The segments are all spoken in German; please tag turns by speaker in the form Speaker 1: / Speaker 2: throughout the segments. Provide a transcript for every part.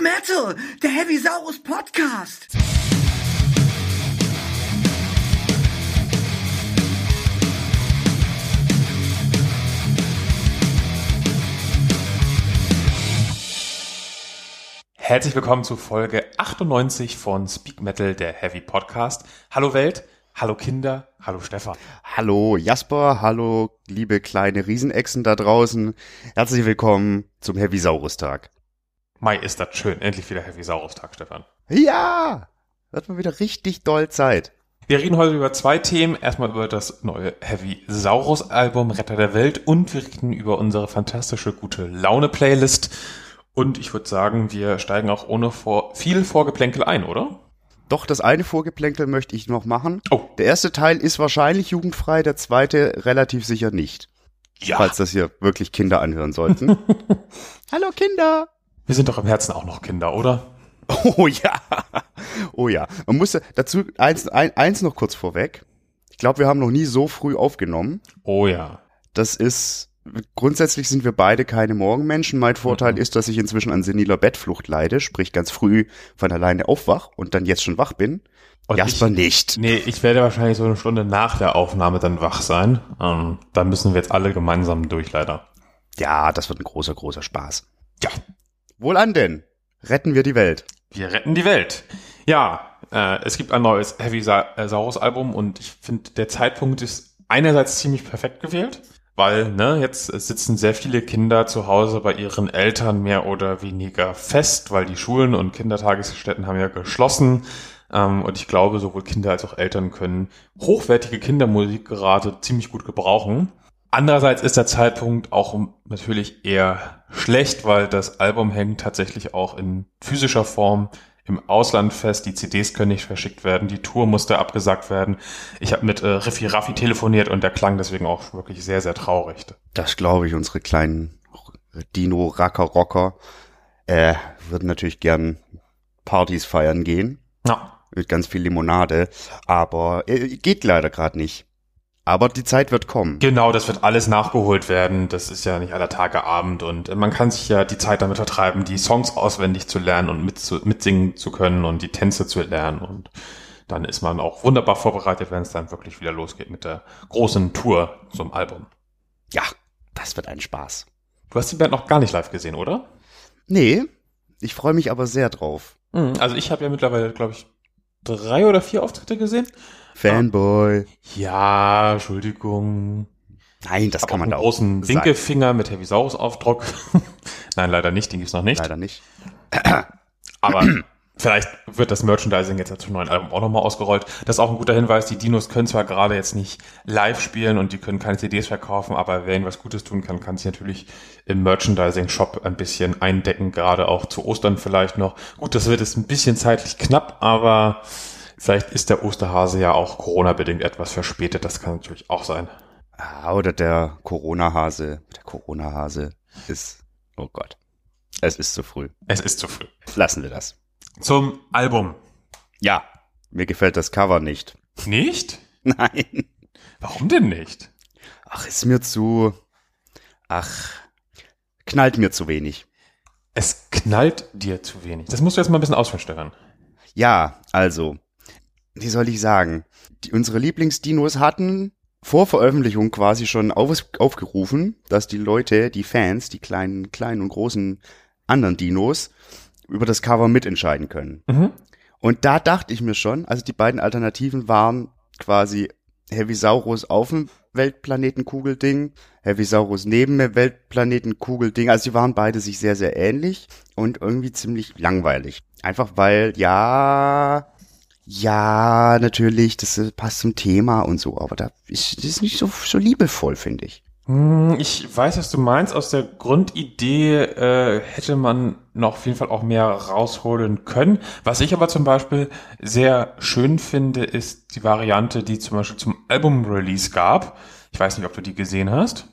Speaker 1: Metal, der Heavy Saurus Podcast.
Speaker 2: Herzlich willkommen zu Folge 98 von Speak Metal, der Heavy Podcast. Hallo Welt, hallo Kinder, hallo Stefan.
Speaker 3: Hallo Jasper, hallo liebe kleine Riesenechsen da draußen. Herzlich willkommen zum Heavy Saurus Tag.
Speaker 2: Mai ist das schön, endlich wieder Heavy Saurus Tag, Stefan.
Speaker 3: Ja! Wird mal wieder richtig doll Zeit.
Speaker 2: Wir reden heute über zwei Themen. Erstmal über das neue Heavy Saurus Album Retter der Welt und wir reden über unsere fantastische gute Laune Playlist. Und ich würde sagen, wir steigen auch ohne vor viel Vorgeplänkel ein, oder?
Speaker 3: Doch das eine Vorgeplänkel möchte ich noch machen.
Speaker 2: Oh.
Speaker 3: Der erste Teil ist wahrscheinlich jugendfrei, der zweite relativ sicher nicht.
Speaker 2: Ja.
Speaker 3: Falls das hier wirklich Kinder anhören sollten. Hallo Kinder!
Speaker 2: Wir sind doch im Herzen auch noch Kinder, oder?
Speaker 3: Oh ja. Oh ja. Man musste dazu eins, ein, eins noch kurz vorweg. Ich glaube, wir haben noch nie so früh aufgenommen.
Speaker 2: Oh ja.
Speaker 3: Das ist, grundsätzlich sind wir beide keine Morgenmenschen. Mein
Speaker 2: Mhm.
Speaker 3: Vorteil ist, dass ich inzwischen an seniler Bettflucht leide, sprich ganz früh von alleine aufwach und dann jetzt schon wach bin.
Speaker 2: Und
Speaker 3: Jasper
Speaker 2: ich-
Speaker 3: nicht.
Speaker 2: Nee, ich werde wahrscheinlich so eine Stunde nach der Aufnahme dann wach sein. Ähm, da müssen wir jetzt alle gemeinsam durch, leider.
Speaker 3: Ja, das wird ein großer, großer Spaß.
Speaker 2: Ja.
Speaker 3: Wohlan denn. Retten wir die Welt.
Speaker 2: Wir retten die Welt. Ja, äh, es gibt ein neues Heavy Sa äh, Saurus Album und ich finde, der Zeitpunkt ist einerseits ziemlich perfekt gewählt, weil ne, jetzt äh, sitzen sehr viele Kinder zu Hause bei ihren Eltern mehr oder weniger fest, weil die Schulen und Kindertagesstätten haben ja geschlossen. Ähm, und ich glaube, sowohl Kinder als auch Eltern können hochwertige Kindermusik gerade ziemlich gut gebrauchen. Andererseits ist der Zeitpunkt auch natürlich eher schlecht, weil das Album hängt tatsächlich auch in physischer Form im Ausland fest. Die CDs können nicht verschickt werden, die Tour musste abgesagt werden. Ich habe mit äh, Riffi Raffi telefoniert und der klang deswegen auch wirklich sehr, sehr traurig.
Speaker 3: Das glaube ich, unsere kleinen Dino-Racker-Rocker äh, würden natürlich gern Partys feiern gehen.
Speaker 2: Ja.
Speaker 3: mit ganz viel Limonade, aber äh, geht leider gerade nicht. Aber die Zeit wird kommen.
Speaker 2: Genau, das wird alles nachgeholt werden. Das ist ja nicht aller Tage Abend und äh, man kann sich ja die Zeit damit vertreiben, die Songs auswendig zu lernen und mit zu, mitsingen zu können und die Tänze zu lernen und dann ist man auch wunderbar vorbereitet, wenn es dann wirklich wieder losgeht mit der großen Tour zum Album.
Speaker 3: Ja, das wird ein Spaß.
Speaker 2: Du hast die Band noch gar nicht live gesehen, oder?
Speaker 3: Nee, ich freue mich aber sehr drauf.
Speaker 2: Also ich habe ja mittlerweile, glaube ich, drei oder vier Auftritte gesehen.
Speaker 3: Fanboy.
Speaker 2: Ja, Entschuldigung.
Speaker 3: Ah. Nein, das
Speaker 2: Hab
Speaker 3: kann
Speaker 2: auch
Speaker 3: man
Speaker 2: einen
Speaker 3: da auch
Speaker 2: großen
Speaker 3: sagen.
Speaker 2: Winkelfinger mit Heavy Saurus Aufdruck. Nein, leider nicht, den gibt's noch nicht.
Speaker 3: leider nicht.
Speaker 2: Aber vielleicht wird das Merchandising jetzt zum neuen Album auch nochmal ausgerollt. Das ist auch ein guter Hinweis. Die Dinos können zwar gerade jetzt nicht live spielen und die können keine CDs verkaufen, aber wer ihnen was Gutes tun kann, kann sich natürlich im Merchandising-Shop ein bisschen eindecken, gerade auch zu Ostern vielleicht noch. Gut, das wird jetzt ein bisschen zeitlich knapp, aber vielleicht ist der Osterhase ja auch Corona-bedingt etwas verspätet. Das kann natürlich auch sein.
Speaker 3: Ah, oder der Corona-Hase. Der Corona-Hase ist. Oh Gott. Es ist zu früh.
Speaker 2: Es ist zu früh.
Speaker 3: Lassen wir das.
Speaker 2: Zum Album.
Speaker 3: Ja. Mir gefällt das Cover nicht.
Speaker 2: Nicht?
Speaker 3: Nein.
Speaker 2: Warum denn nicht?
Speaker 3: Ach, ist mir zu. Ach. Knallt mir zu wenig.
Speaker 2: Es knallt dir zu wenig. Das musst du jetzt mal ein bisschen ausführen, Stefan.
Speaker 3: Ja, also, wie soll ich sagen? Die, unsere Lieblingsdinos hatten vor Veröffentlichung quasi schon auf, aufgerufen, dass die Leute, die Fans, die kleinen, kleinen und großen anderen Dinos über das Cover mitentscheiden können.
Speaker 2: Mhm.
Speaker 3: Und da dachte ich mir schon, also die beiden Alternativen waren quasi Heavisaurus auf dem Weltplanetenkugelding, Heavisaurus neben dem Weltplanetenkugelding. Also die waren beide sich sehr, sehr ähnlich und irgendwie ziemlich langweilig. Einfach weil, ja, ja, natürlich, das äh, passt zum Thema und so, aber da ist, das ist nicht so, so liebevoll, finde ich.
Speaker 2: Hm, Ich weiß, was du meinst. Aus der Grundidee äh, hätte man noch auf jeden Fall auch mehr rausholen können. Was ich aber zum Beispiel sehr schön finde, ist die Variante, die zum Beispiel zum Album-Release gab. Ich weiß nicht, ob du die gesehen hast.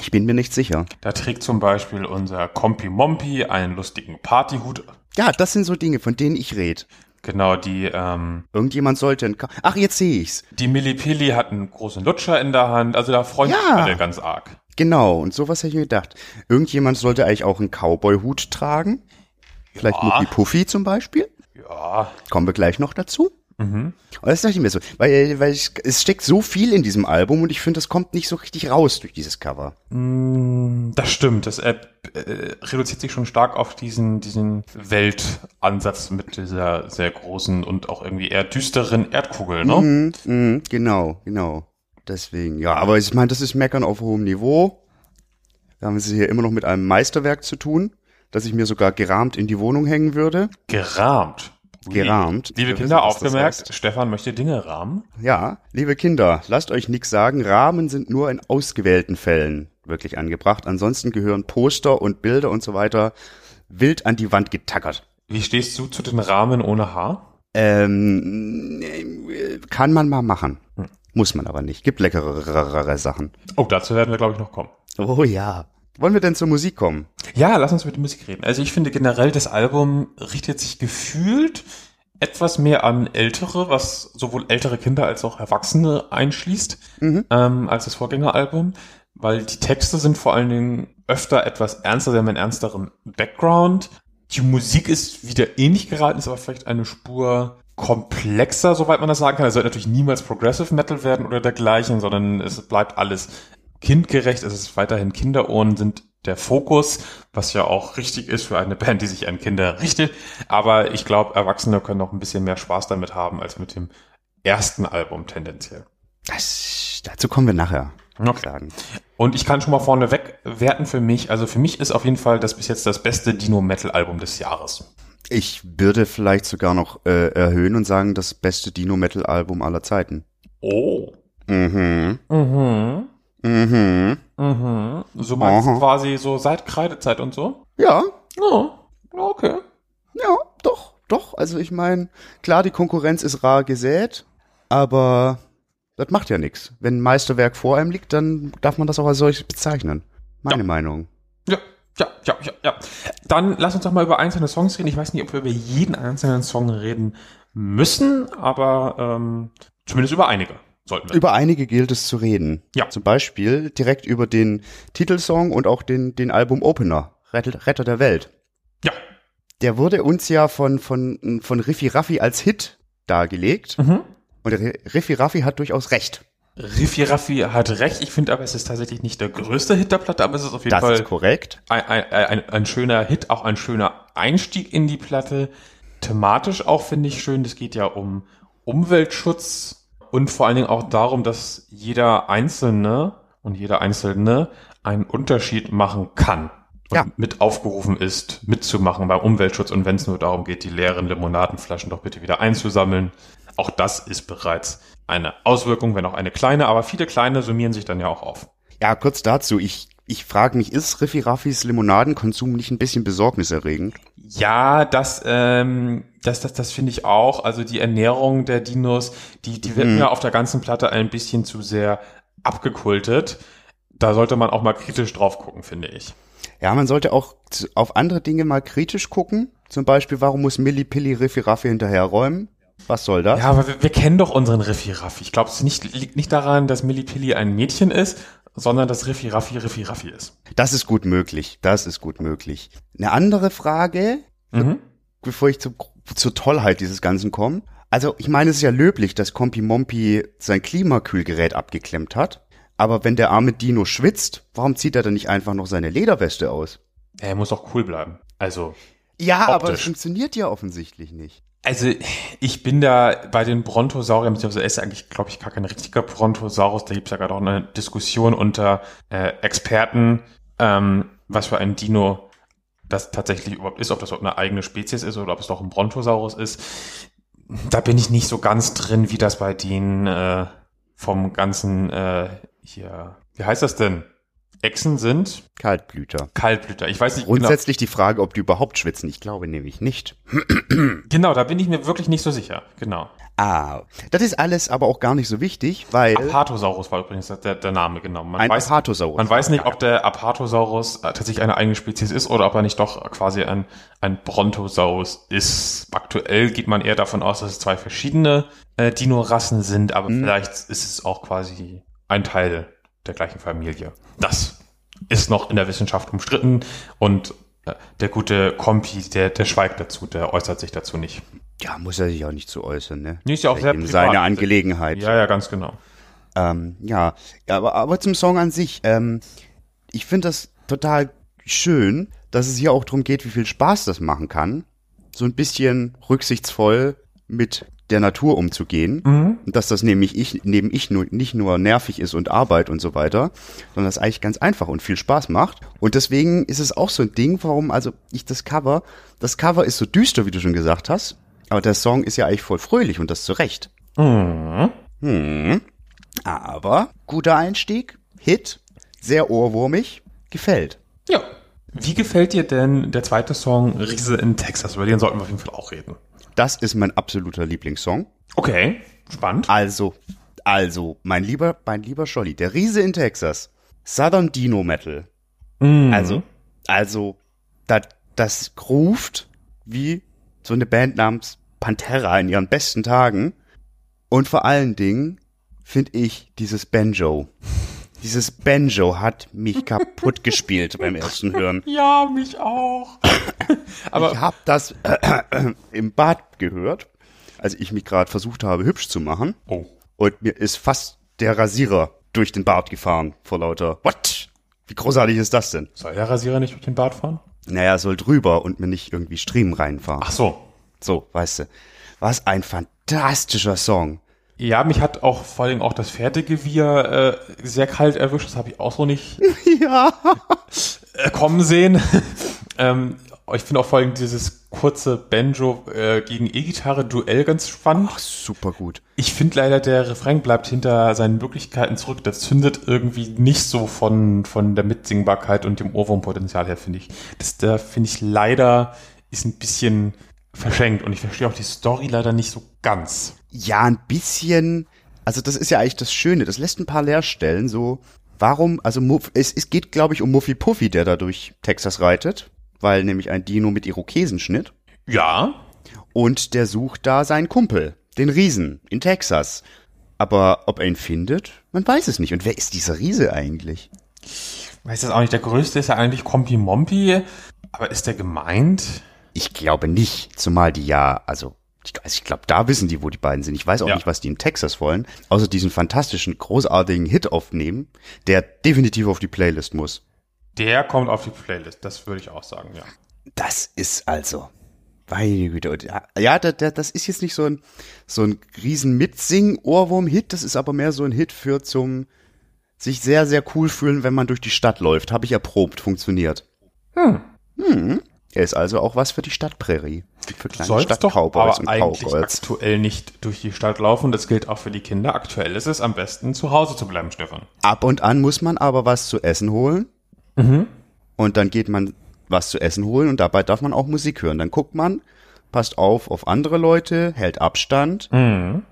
Speaker 3: Ich bin mir nicht sicher.
Speaker 2: Da trägt zum Beispiel unser Kompi Mompi einen lustigen Partyhut.
Speaker 3: Ja, das sind so Dinge, von denen ich rede.
Speaker 2: Genau, die ähm,
Speaker 3: Irgendjemand sollte ein Ka Ach, jetzt sehe ich's.
Speaker 2: die Millipilli hat einen großen Lutscher in der Hand. Also da freuen sich
Speaker 3: Ja.
Speaker 2: alle ganz arg.
Speaker 3: Genau, und sowas hätte ich mir gedacht. Irgendjemand sollte eigentlich auch einen Cowboy-Hut tragen. Vielleicht Mucki Puffy zum Beispiel.
Speaker 2: Ja.
Speaker 3: Kommen wir gleich noch dazu. Und das dachte ich mir so, weil, weil ich, es steckt so viel in diesem Album und ich finde, das kommt nicht so richtig raus durch dieses Cover.
Speaker 2: Das stimmt. Das App äh, reduziert sich schon stark auf diesen, diesen Weltansatz mit dieser sehr großen und auch irgendwie eher düsteren Erdkugel, ne?
Speaker 3: Mhm, mhm, genau, genau. Deswegen, ja, aber ich meine, das ist Meckern auf hohem Niveau. Wir haben es hier immer noch mit einem Meisterwerk zu tun, das ich mir sogar gerahmt in die Wohnung hängen würde.
Speaker 2: Gerahmt. Ui.
Speaker 3: Gerahmt.
Speaker 2: Liebe
Speaker 3: Wir
Speaker 2: Kinder,
Speaker 3: wissen, was das
Speaker 2: aufgemerkt,
Speaker 3: heißt.
Speaker 2: Stefan möchte Dinge rahmen.
Speaker 3: Ja, liebe Kinder, lasst euch nix sagen. Rahmen sind nur in ausgewählten Fällen wirklich angebracht. Ansonsten gehören Poster und Bilder und so weiter wild an die Wand getackert.
Speaker 2: Wie stehst du zu den Rahmen ohne Haar?
Speaker 3: Ähm, äh, kann man mal machen. Muss man aber nicht. Gibt leckerere Sachen.
Speaker 2: Oh, dazu werden wir, glaube ich, noch kommen.
Speaker 3: Oh ja. Wollen wir denn zur Musik kommen?
Speaker 2: Ja, lass uns über die Musik reden. Also ich finde generell, das Album richtet sich gefühlt etwas mehr an Ältere, was sowohl ältere Kinder als auch Erwachsene einschließt, ähm, als das Vorgängeralbum, weil die Texte sind vor allen Dingen öfter etwas ernster, sie haben einen ernsteren Background. Die Musik ist wieder ähnlich geraten, ist aber vielleicht eine Spur komplexer, soweit man das sagen kann. Es soll natürlich niemals Progressive Metal werden oder dergleichen, sondern es bleibt alles kindgerecht, es ist weiterhin Kinderohren sind der Fokus, was ja auch richtig ist für eine Band, die sich an Kinder richtet. Aber ich glaube, Erwachsene können noch ein bisschen mehr Spaß damit haben als mit dem ersten Album tendenziell.
Speaker 3: Das, dazu kommen wir nachher. würd ich Sagen.
Speaker 2: Und ich kann schon mal vorneweg werten für mich. Also für mich ist auf jeden Fall das bis jetzt das beste Dino-Metal-Album des Jahres.
Speaker 3: Ich würde vielleicht sogar noch äh, erhöhen und sagen, das beste Dino-Metal-Album aller Zeiten.
Speaker 2: Oh.
Speaker 3: Mhm.
Speaker 2: Mhm.
Speaker 3: Mhm.
Speaker 2: Mhm. So meinst du
Speaker 3: Aha.
Speaker 2: quasi so seit Kreidezeit und so?
Speaker 3: Ja,
Speaker 2: Ja. Okay.
Speaker 3: ja, doch, doch. Also ich meine, klar, die Konkurrenz ist rar gesät, aber das macht ja nichts. Wenn ein Meisterwerk vor einem liegt, dann darf man das auch als solches bezeichnen. Meine Meinung.
Speaker 2: Ja, ja, ja, ja, ja. Dann lass uns doch mal über einzelne Songs reden. Ich weiß nicht, ob wir über jeden einzelnen Song reden müssen, aber ähm, zumindest über einige sollten wir.
Speaker 3: Über einige gilt es zu reden.
Speaker 2: Ja.
Speaker 3: Zum Beispiel direkt über den Titelsong und auch den, den Album-Opener, Rettet- Retter der Welt.
Speaker 2: ja.
Speaker 3: Der wurde uns ja von, von, von Riffi Raffi als Hit dargelegt.
Speaker 2: Mhm.
Speaker 3: Und Riffi Raffi hat durchaus recht.
Speaker 2: Riffi Raffi hat recht. Ich finde aber, es ist tatsächlich nicht der größte Hit der Platte, aber es ist auf jeden
Speaker 3: Das ist
Speaker 2: Fall
Speaker 3: korrekt.
Speaker 2: ein, ein, ein, ein schöner Hit, auch ein schöner Einstieg in die Platte. Thematisch auch finde ich schön. Es geht ja um Umweltschutz und vor allen Dingen auch darum, dass jeder Einzelne und jeder Einzelne einen Unterschied machen kann. Und
Speaker 3: Ja.
Speaker 2: mit aufgerufen ist, mitzumachen beim Umweltschutz und wenn es nur darum geht, die leeren Limonadenflaschen doch bitte wieder einzusammeln. Auch das ist bereits eine Auswirkung, wenn auch eine kleine, aber viele kleine summieren sich dann ja auch auf.
Speaker 3: Ja, kurz dazu. Ich, ich frage mich, ist Riffi Raffis Limonadenkonsum nicht ein bisschen besorgniserregend?
Speaker 2: Ja, das, ähm, das, das, das finde ich auch. Also die Ernährung der Dinos, die, die wird mir auf der ganzen Platte ein bisschen zu sehr abgekultet. Da sollte man auch mal kritisch drauf gucken, finde ich.
Speaker 3: Ja, man sollte auch zu- auf andere Dinge mal kritisch gucken. Zum Beispiel, warum muss Milli Pilli Riffi Raffi hinterherräumen? Was soll das?
Speaker 2: Ja, aber wir, wir kennen doch unseren Riffi Raffi. Ich glaube, es nicht, liegt nicht daran, dass Millipilli ein Mädchen ist, sondern dass Riffi Raffi Riffi Raffi ist.
Speaker 3: Das ist gut möglich. Das ist gut möglich. Eine andere Frage,
Speaker 2: Mhm.
Speaker 3: bevor ich zu, zur Tollheit dieses Ganzen komme. Also, ich meine, es ist ja löblich, dass Kompi Mompi sein Klimakühlgerät abgeklemmt hat. Aber wenn der arme Dino schwitzt, warum zieht er dann nicht einfach noch seine Lederweste aus?
Speaker 2: Er muss doch cool bleiben. Also,
Speaker 3: Ja, aber das
Speaker 2: Optisch.
Speaker 3: funktioniert ja offensichtlich nicht.
Speaker 2: Also ich bin da bei den Brontosauriern, beziehungsweise er ist ja eigentlich, glaube ich, gar kein richtiger Brontosaurus. Da gibt's ja gerade auch eine Diskussion unter äh, Experten, ähm, was für ein Dino das tatsächlich überhaupt ist, ob das überhaupt eine eigene Spezies ist oder ob es doch ein Brontosaurus ist. Da bin ich nicht so ganz drin, wie das bei den äh, vom ganzen äh, hier, wie heißt das denn? Echsen sind
Speaker 3: Kaltblüter.
Speaker 2: Kaltblüter. Ich weiß nicht genau.
Speaker 3: Grundsätzlich die Frage, ob die überhaupt schwitzen. Ich glaube nämlich nicht.
Speaker 2: Genau, da bin ich mir wirklich nicht so sicher. Genau.
Speaker 3: Ah, das ist alles aber auch gar nicht so wichtig, weil
Speaker 2: Apatosaurus war übrigens der, der Name, genau. Man
Speaker 3: ein
Speaker 2: weiß,
Speaker 3: Apatosaurus.
Speaker 2: man weiß nicht, ob der Apatosaurus äh, tatsächlich eine eigene Spezies ist oder ob er nicht doch quasi ein, ein Brontosaurus ist. Aktuell geht man eher davon aus, dass es zwei verschiedene äh, Dinorassen sind, aber
Speaker 3: Mhm.
Speaker 2: vielleicht ist es auch quasi ein Teil der gleichen Familie. Das ist noch in der Wissenschaft umstritten und Ja, Der gute Kompi, der, der schweigt dazu, der äußert sich dazu nicht.
Speaker 3: Ja, muss er sich auch nicht zu äußern, ne?
Speaker 2: Nee, ist ja auch sehr
Speaker 3: in
Speaker 2: privat.
Speaker 3: seine Angelegenheit.
Speaker 2: Ja, ja, ganz genau.
Speaker 3: Ähm, ja, Ja, aber, aber zum Song an sich. Ähm, ich finde das total schön, dass es hier auch darum geht, wie viel Spaß das machen kann. So ein bisschen rücksichtsvoll mit der Natur umzugehen. Und dass das nämlich ich, neben ich nur, nicht nur nervig ist und Arbeit und so weiter, sondern das eigentlich ganz einfach und viel Spaß macht. Und deswegen ist es auch so ein Ding, warum, also ich das Cover, das Cover ist so düster, wie du schon gesagt hast, aber der Song ist ja eigentlich voll fröhlich und das zu Recht.
Speaker 2: Hm.
Speaker 3: Aber guter Einstieg, Hit, sehr ohrwurmig, gefällt.
Speaker 2: Ja. Wie gefällt dir denn der zweite Song Riese in Texas? Über den sollten wir auf jeden Fall auch reden.
Speaker 3: Das ist mein absoluter Lieblingssong.
Speaker 2: Okay, spannend.
Speaker 3: Also, also, mein lieber, mein lieber Scholli, der Riese in Texas, Southern Dino Metal.
Speaker 2: Mm.
Speaker 3: Also, also, das, das ruft wie so eine Band namens Pantera in ihren besten Tagen. Und vor allen Dingen finde ich dieses Banjo. Dieses Banjo hat mich kaputt gespielt beim ersten Hören.
Speaker 2: Ja, mich auch. Aber
Speaker 3: Ich habe das im Bad gehört, als ich mich gerade versucht habe, hübsch zu machen.
Speaker 2: Oh.
Speaker 3: Und mir ist fast der Rasierer durch den Bart gefahren vor lauter. What? Wie großartig ist das denn?
Speaker 2: soll der Rasierer nicht durch den Bart fahren?
Speaker 3: Naja, soll drüber und mir nicht irgendwie Striemen reinfahren.
Speaker 2: Ach so.
Speaker 3: So, weißt du. Was ein fantastischer Song.
Speaker 2: Ja, mich hat auch vor allem auch das Pferdegewirr äh, sehr kalt erwischt. Das habe ich auch so nicht
Speaker 3: Ja.
Speaker 2: äh, kommen sehen. ähm, ich finde auch vor allem dieses kurze Banjo äh, gegen E-Gitarre-Duell ganz spannend.
Speaker 3: Ach, super gut.
Speaker 2: Ich finde leider, der Refrain bleibt hinter seinen Möglichkeiten zurück. Das zündet irgendwie nicht so von, von der Mitsingbarkeit und dem Ohrwurmpotenzial her, finde ich. Das da finde ich leider ist ein bisschen verschenkt und ich verstehe auch die Story leider nicht so ganz.
Speaker 3: Ja, ein bisschen. Also das ist ja eigentlich das Schöne. Das lässt ein paar Leerstellen so. Warum? Also Muff, es, es geht, glaube ich, um Muffy Puffy, der da durch Texas reitet, weil nämlich ein Dino mit Irokesen schnitt.
Speaker 2: Ja.
Speaker 3: Und der sucht da seinen Kumpel, den Riesen, in Texas. Aber ob er ihn findet, man weiß es nicht. Und wer ist dieser Riese eigentlich?
Speaker 2: Weiß das auch nicht. Der größte ist ja eigentlich Kompi Mompi. Aber ist der gemeint?
Speaker 3: Ich glaube nicht, zumal die ja, also ich, also ich glaube, da wissen die, wo die beiden sind. Ich weiß auch
Speaker 2: Ja.
Speaker 3: nicht, was die in Texas wollen, außer diesen fantastischen, großartigen Hit aufnehmen, der definitiv auf die Playlist muss.
Speaker 2: Der kommt auf die Playlist. Das würde ich auch sagen, ja.
Speaker 3: Das ist also. Meine Güte. Und ja, ja da, da, das ist jetzt nicht so ein, so ein riesen Mitsing-Ohrwurm-Hit, das ist aber mehr so ein Hit für zum sich sehr, sehr cool fühlen, wenn man durch die Stadt läuft. Habe ich erprobt, funktioniert. Hm. Hm. Er ist also auch was für die Stadtprärie. Für kleine
Speaker 2: Sollst doch
Speaker 3: Stadt-Cowboys
Speaker 2: aber
Speaker 3: und
Speaker 2: eigentlich
Speaker 3: Cowgirls.
Speaker 2: aktuell nicht durch die Stadt laufen. Das gilt auch für die Kinder. Aktuell ist es am besten, zu Hause zu bleiben, Stefan.
Speaker 3: Ab und an muss man aber was zu essen holen.
Speaker 2: Mhm.
Speaker 3: Und dann geht man was zu essen holen und dabei darf man auch Musik hören. Dann guckt man, passt auf auf andere Leute, hält Abstand,
Speaker 2: Mhm.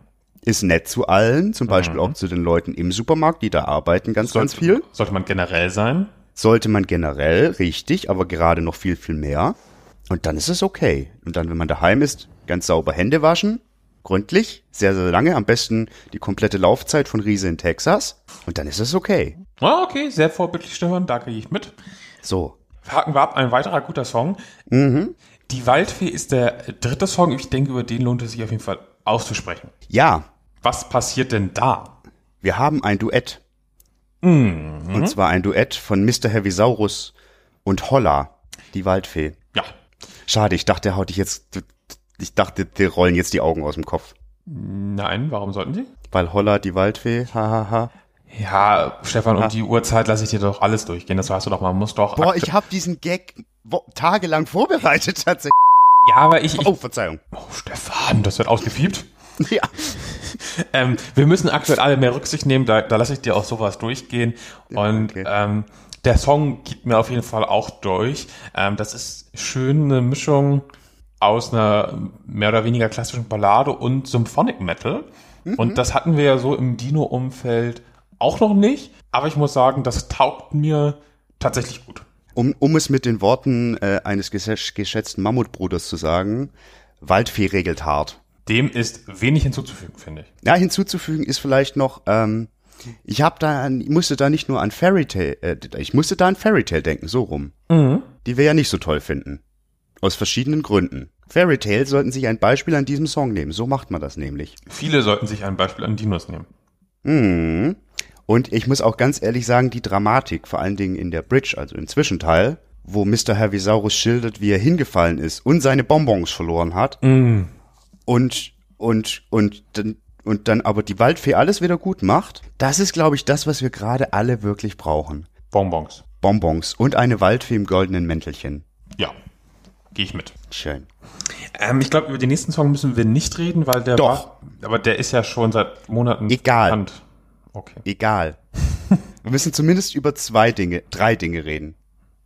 Speaker 3: ist nett zu allen, zum Beispiel auch zu den Leuten im Supermarkt, die da arbeiten, ganz, ganz viel.
Speaker 2: Sollte man generell sein.
Speaker 3: Sollte man generell, richtig, aber gerade noch viel, viel mehr. Und dann ist es okay. Und dann, wenn man daheim ist, ganz sauber Hände waschen, gründlich, sehr, sehr lange, am besten die komplette Laufzeit von Riese in Texas. Und dann ist es okay.
Speaker 2: Ah, okay, sehr vorbildlich, Stefan, da gehe ich mit.
Speaker 3: So,
Speaker 2: Haken wir ab, ein weiterer guter Song.
Speaker 3: Mhm.
Speaker 2: Die Waldfee ist der dritte Song. Ich denke, über den lohnt es sich auf jeden Fall auszusprechen.
Speaker 3: Ja,
Speaker 2: Was passiert denn da?
Speaker 3: wir haben ein Duett. Und zwar ein Duett von Mr. Heavisaurus und Holla, die Waldfee.
Speaker 2: Ja,
Speaker 3: Schade, ich dachte, er haut dich jetzt. Ich dachte, dir rollen jetzt die Augen aus dem Kopf.
Speaker 2: nein, warum sollten sie?
Speaker 3: Weil Holla, die Waldfee, hahaha. Ha, ha.
Speaker 2: Ja, Stefan, um die Uhrzeit lasse ich dir doch alles durchgehen. Das weißt du doch, man muss doch.
Speaker 3: Boah,
Speaker 2: aktu-
Speaker 3: ich habe diesen Gag wo- tagelang vorbereitet tatsächlich.
Speaker 2: ja, aber ich. ich
Speaker 3: Oh, Verzeihung.
Speaker 2: oh, Stefan, das wird ausgepiept.
Speaker 3: Ja.
Speaker 2: Ähm, wir müssen aktuell alle mehr Rücksicht nehmen, da, da lasse ich dir auch sowas durchgehen. Und
Speaker 3: okay.
Speaker 2: ähm, der Song geht mir auf jeden Fall auch durch. Ähm, das ist schön eine Mischung aus einer mehr oder weniger klassischen Ballade und Symphonic Metal. Und das hatten wir ja so im Dino-Umfeld auch noch nicht. Aber ich muss sagen, das taugt mir tatsächlich gut.
Speaker 3: Um, um es mit den Worten äh, eines gesch- geschätzten Mammutbruders zu sagen, Waldfee regelt hart.
Speaker 2: Dem ist wenig hinzuzufügen, finde ich.
Speaker 3: Ja, hinzuzufügen ist vielleicht noch, ähm, ich habe da, an- ich musste da nicht nur an Fairy Tale, äh, ich musste da an Fairy Tale denken, so rum. die wir ja nicht so toll finden. Aus verschiedenen Gründen. Fairy Tales sollten sich ein Beispiel an diesem Song nehmen. So macht man das nämlich.
Speaker 2: Viele sollten sich ein Beispiel an Dinos nehmen.
Speaker 3: Mhm. Und ich muss auch ganz ehrlich sagen, die Dramatik, vor allen Dingen in der Bridge, also im Zwischenteil, wo Mr. Hervisaurus schildert, wie er hingefallen ist und seine Bonbons verloren hat und, und, und, dann, und dann aber die Waldfee alles wieder gut macht, das ist, glaube ich, das, was wir gerade alle wirklich brauchen.
Speaker 2: Bonbons.
Speaker 3: Bonbons und eine Waldfee im goldenen Mäntelchen.
Speaker 2: Ja. Gehe ich mit.
Speaker 3: Schön.
Speaker 2: Ähm, ich glaube, über den nächsten Song müssen wir nicht reden, weil der
Speaker 3: Doch.
Speaker 2: war. Aber der ist ja schon seit Monaten
Speaker 3: Egal.
Speaker 2: bekannt. Okay.
Speaker 3: Egal. Wir müssen zumindest über zwei Dinge, drei Dinge reden.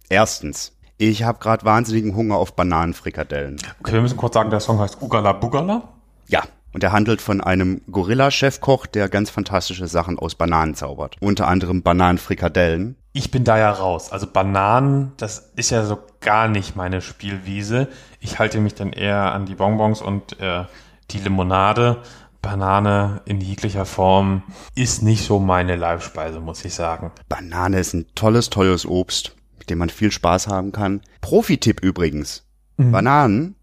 Speaker 3: Erstens, ich habe gerade wahnsinnigen Hunger auf Bananenfrikadellen.
Speaker 2: Okay, wir müssen kurz sagen, der Song heißt Ugala Bugala.
Speaker 3: Ja. Und er handelt von einem Gorilla-Chefkoch, der ganz fantastische Sachen aus Bananen zaubert. Unter anderem Bananenfrikadellen.
Speaker 2: Ich bin da ja raus. Also Bananen, das ist ja so gar nicht meine Spielwiese. Ich halte mich dann eher an die Bonbons und äh, die Limonade. Banane in jeglicher Form ist nicht so meine Leibspeise, muss ich sagen.
Speaker 3: Banane ist ein tolles, tolles Obst, mit dem man viel Spaß haben kann. Profi-Tipp übrigens. Bananen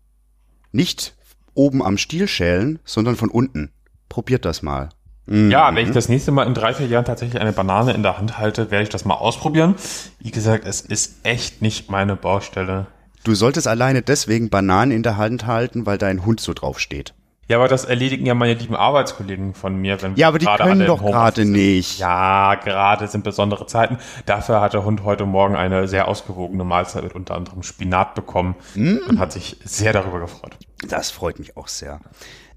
Speaker 3: nicht oben am Stiel schälen, sondern von unten. Probiert das mal. Mhm.
Speaker 2: Ja, wenn ich das nächste Mal in drei, vier Jahren tatsächlich eine Banane in der Hand halte, werde ich das mal ausprobieren. Wie gesagt, es ist echt nicht meine Baustelle.
Speaker 3: Du solltest alleine deswegen Bananen in der Hand halten, weil dein Hund so drauf steht.
Speaker 2: Ja, aber das erledigen ja meine lieben Arbeitskollegen von mir, wenn wir
Speaker 3: Ja, aber die
Speaker 2: gerade
Speaker 3: können
Speaker 2: alle im
Speaker 3: doch
Speaker 2: Homeoffice
Speaker 3: gerade
Speaker 2: sind.
Speaker 3: nicht.
Speaker 2: Ja, gerade sind besondere Zeiten. Dafür hat der Hund heute Morgen eine sehr ausgewogene Mahlzeit mit unter anderem Spinat bekommen
Speaker 3: Mm.
Speaker 2: und hat sich sehr darüber gefreut.
Speaker 3: Das freut mich auch sehr.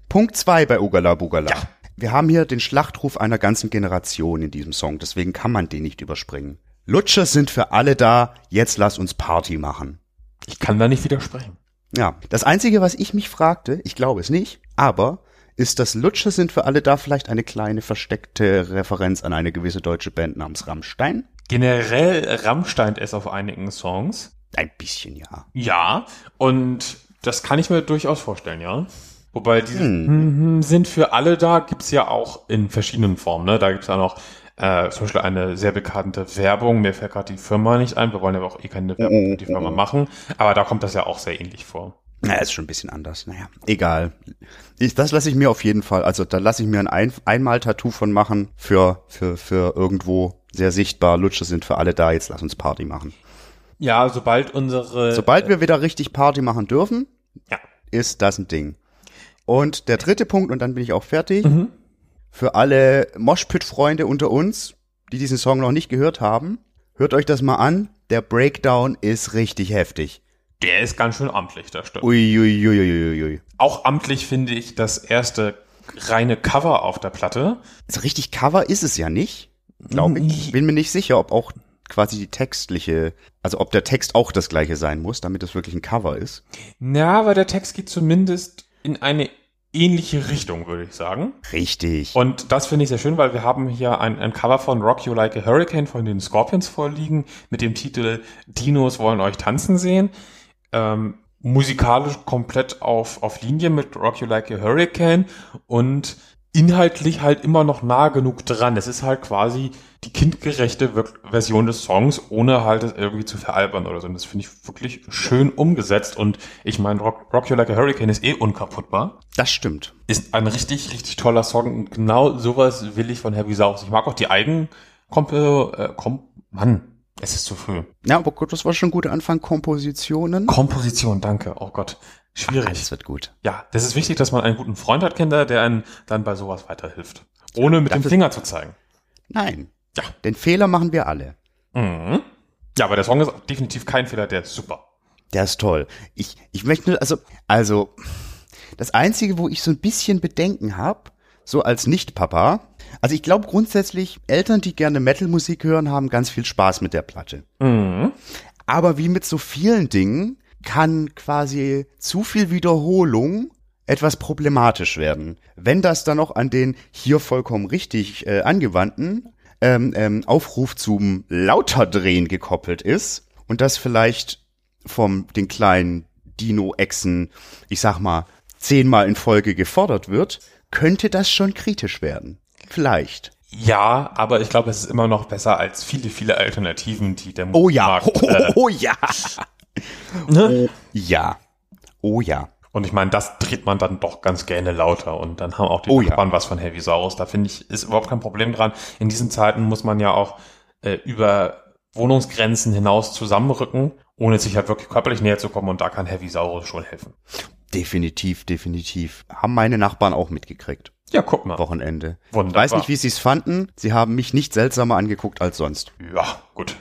Speaker 3: Punkt zwei bei Ugala Bugala. Wir haben hier den Schlachtruf einer ganzen Generation in diesem Song, deswegen kann man den nicht überspringen. Lutscher sind für alle da, jetzt lass uns Party machen.
Speaker 2: Ich kann da nicht widersprechen.
Speaker 3: Ja, das Einzige, was ich mich fragte, ich glaube es nicht, aber ist das Lutscher sind für alle da vielleicht eine kleine versteckte Referenz an eine gewisse deutsche Band namens Rammstein?
Speaker 2: Generell rammsteint es auf einigen Songs.
Speaker 3: Ein bisschen ja.
Speaker 2: Ja, und das kann ich mir durchaus vorstellen, ja. Wobei diese
Speaker 3: Hm.
Speaker 2: mhm, sind für alle da, gibt's ja auch in verschiedenen Formen. Ne? Da gibt's ja noch äh, zum Beispiel eine sehr bekannte Werbung. Mir fällt gerade die Firma nicht ein. Wir wollen aber auch eh keine Werbung für die
Speaker 3: Mhm.
Speaker 2: Firma machen. Aber da kommt das ja auch sehr ähnlich vor.
Speaker 3: Naja, ist schon ein bisschen anders. Naja, egal. Ich, das lasse ich mir auf jeden Fall. Also da lasse ich mir ein, ein Einmal-Tattoo von machen für, für, für irgendwo sehr sichtbar. Lutsche sind für alle da. Jetzt lass uns Party machen.
Speaker 2: Ja, sobald unsere...
Speaker 3: Sobald wir wieder richtig Party machen dürfen,
Speaker 2: Äh, ja.
Speaker 3: ist das ein Ding. Und der dritte Punkt, und dann bin ich auch fertig. Für alle Moshpit-Freunde unter uns, die diesen Song noch nicht gehört haben, hört euch das mal an. Der Breakdown ist richtig heftig.
Speaker 2: Der ist ganz schön amtlich, der stimmt.
Speaker 3: Uiuiuiuiui.
Speaker 2: Auch amtlich finde ich das erste reine Cover auf der Platte.
Speaker 3: So richtig Cover ist es ja nicht, glaube ich. Bin mir nicht sicher, ob auch quasi die textliche, also ob der Text auch das gleiche sein muss, damit es wirklich ein Cover ist.
Speaker 2: Na, aber der Text geht zumindest in eine ähnliche Richtung, würde ich sagen.
Speaker 3: Richtig.
Speaker 2: Und das finde ich sehr schön, weil wir haben hier ein, ein Cover von Rock You Like a Hurricane von den Scorpions vorliegen mit dem Titel Dinos wollen euch tanzen sehen. Ähm, musikalisch komplett auf, auf Linie mit Rock You Like a Hurricane und inhaltlich halt immer noch nah genug dran. Es ist halt quasi die kindgerechte Wirk Version des Songs, ohne halt es irgendwie zu veralbern oder so. Und das finde ich wirklich schön umgesetzt. Und ich meine, Rock, Rock You Like a Hurricane ist eh unkaputtbar
Speaker 3: das stimmt.
Speaker 2: ist ein richtig, richtig toller Song. Und genau sowas will ich von Heavy Saurus. Ich mag auch die Eigenkompo, äh, Kom Mann, es ist zu früh.
Speaker 3: Ja, aber gut, das war schon ein guter Anfang. Kompositionen.
Speaker 2: Komposition, danke. Oh Gott, schwierig.
Speaker 3: Das wird gut.
Speaker 2: Ja, das ist wichtig, dass man einen guten Freund hat, Kinder, der einem dann bei sowas weiterhilft. Ohne mit dem
Speaker 3: dafür-
Speaker 2: Finger zu zeigen.
Speaker 3: Nein.
Speaker 2: Ja.
Speaker 3: Den Fehler machen wir alle.
Speaker 2: Mhm. Ja, aber der Song ist definitiv kein Fehler, der ist super.
Speaker 3: Der ist toll. Ich, ich möchte, also, also, das Einzige, wo ich so ein bisschen Bedenken habe, so als Nicht-Papa, also ich glaube grundsätzlich, Eltern, die gerne Metal-Musik hören, haben ganz viel Spaß mit der Platte. Aber wie mit so vielen Dingen kann quasi zu viel Wiederholung etwas problematisch werden. Wenn das dann noch an den hier vollkommen richtig äh, angewandten ähm, ähm, Aufruf zum Lauterdrehen gekoppelt ist und das vielleicht vom den kleinen Dino-Echsen, ich sag mal, zehnmal in Folge gefordert wird, könnte das schon kritisch werden. Vielleicht.
Speaker 2: Ja, aber ich glaube, es ist immer noch besser als viele, viele Alternativen, die der
Speaker 3: Oh ja.
Speaker 2: Musikmarkt, äh,
Speaker 3: oh ja.
Speaker 2: Ne?
Speaker 3: Ja. Oh ja.
Speaker 2: Und ich meine, das dreht man dann doch ganz gerne lauter und dann haben auch die
Speaker 3: Oh ja.
Speaker 2: Nachbarn was von Heavy Saurus. Da finde ich, ist überhaupt kein Problem dran. In diesen Zeiten muss man ja auch äh, über Wohnungsgrenzen hinaus zusammenrücken, ohne sich halt wirklich körperlich näher zu kommen und da kann Heavy Saurus schon helfen.
Speaker 3: Definitiv, definitiv. Haben meine Nachbarn auch mitgekriegt.
Speaker 2: Ja, guck mal.
Speaker 3: Wochenende.
Speaker 2: Wunderbar.
Speaker 3: Weiß nicht, wie sie es fanden. Sie haben mich nicht seltsamer angeguckt als sonst.
Speaker 2: Ja, gut.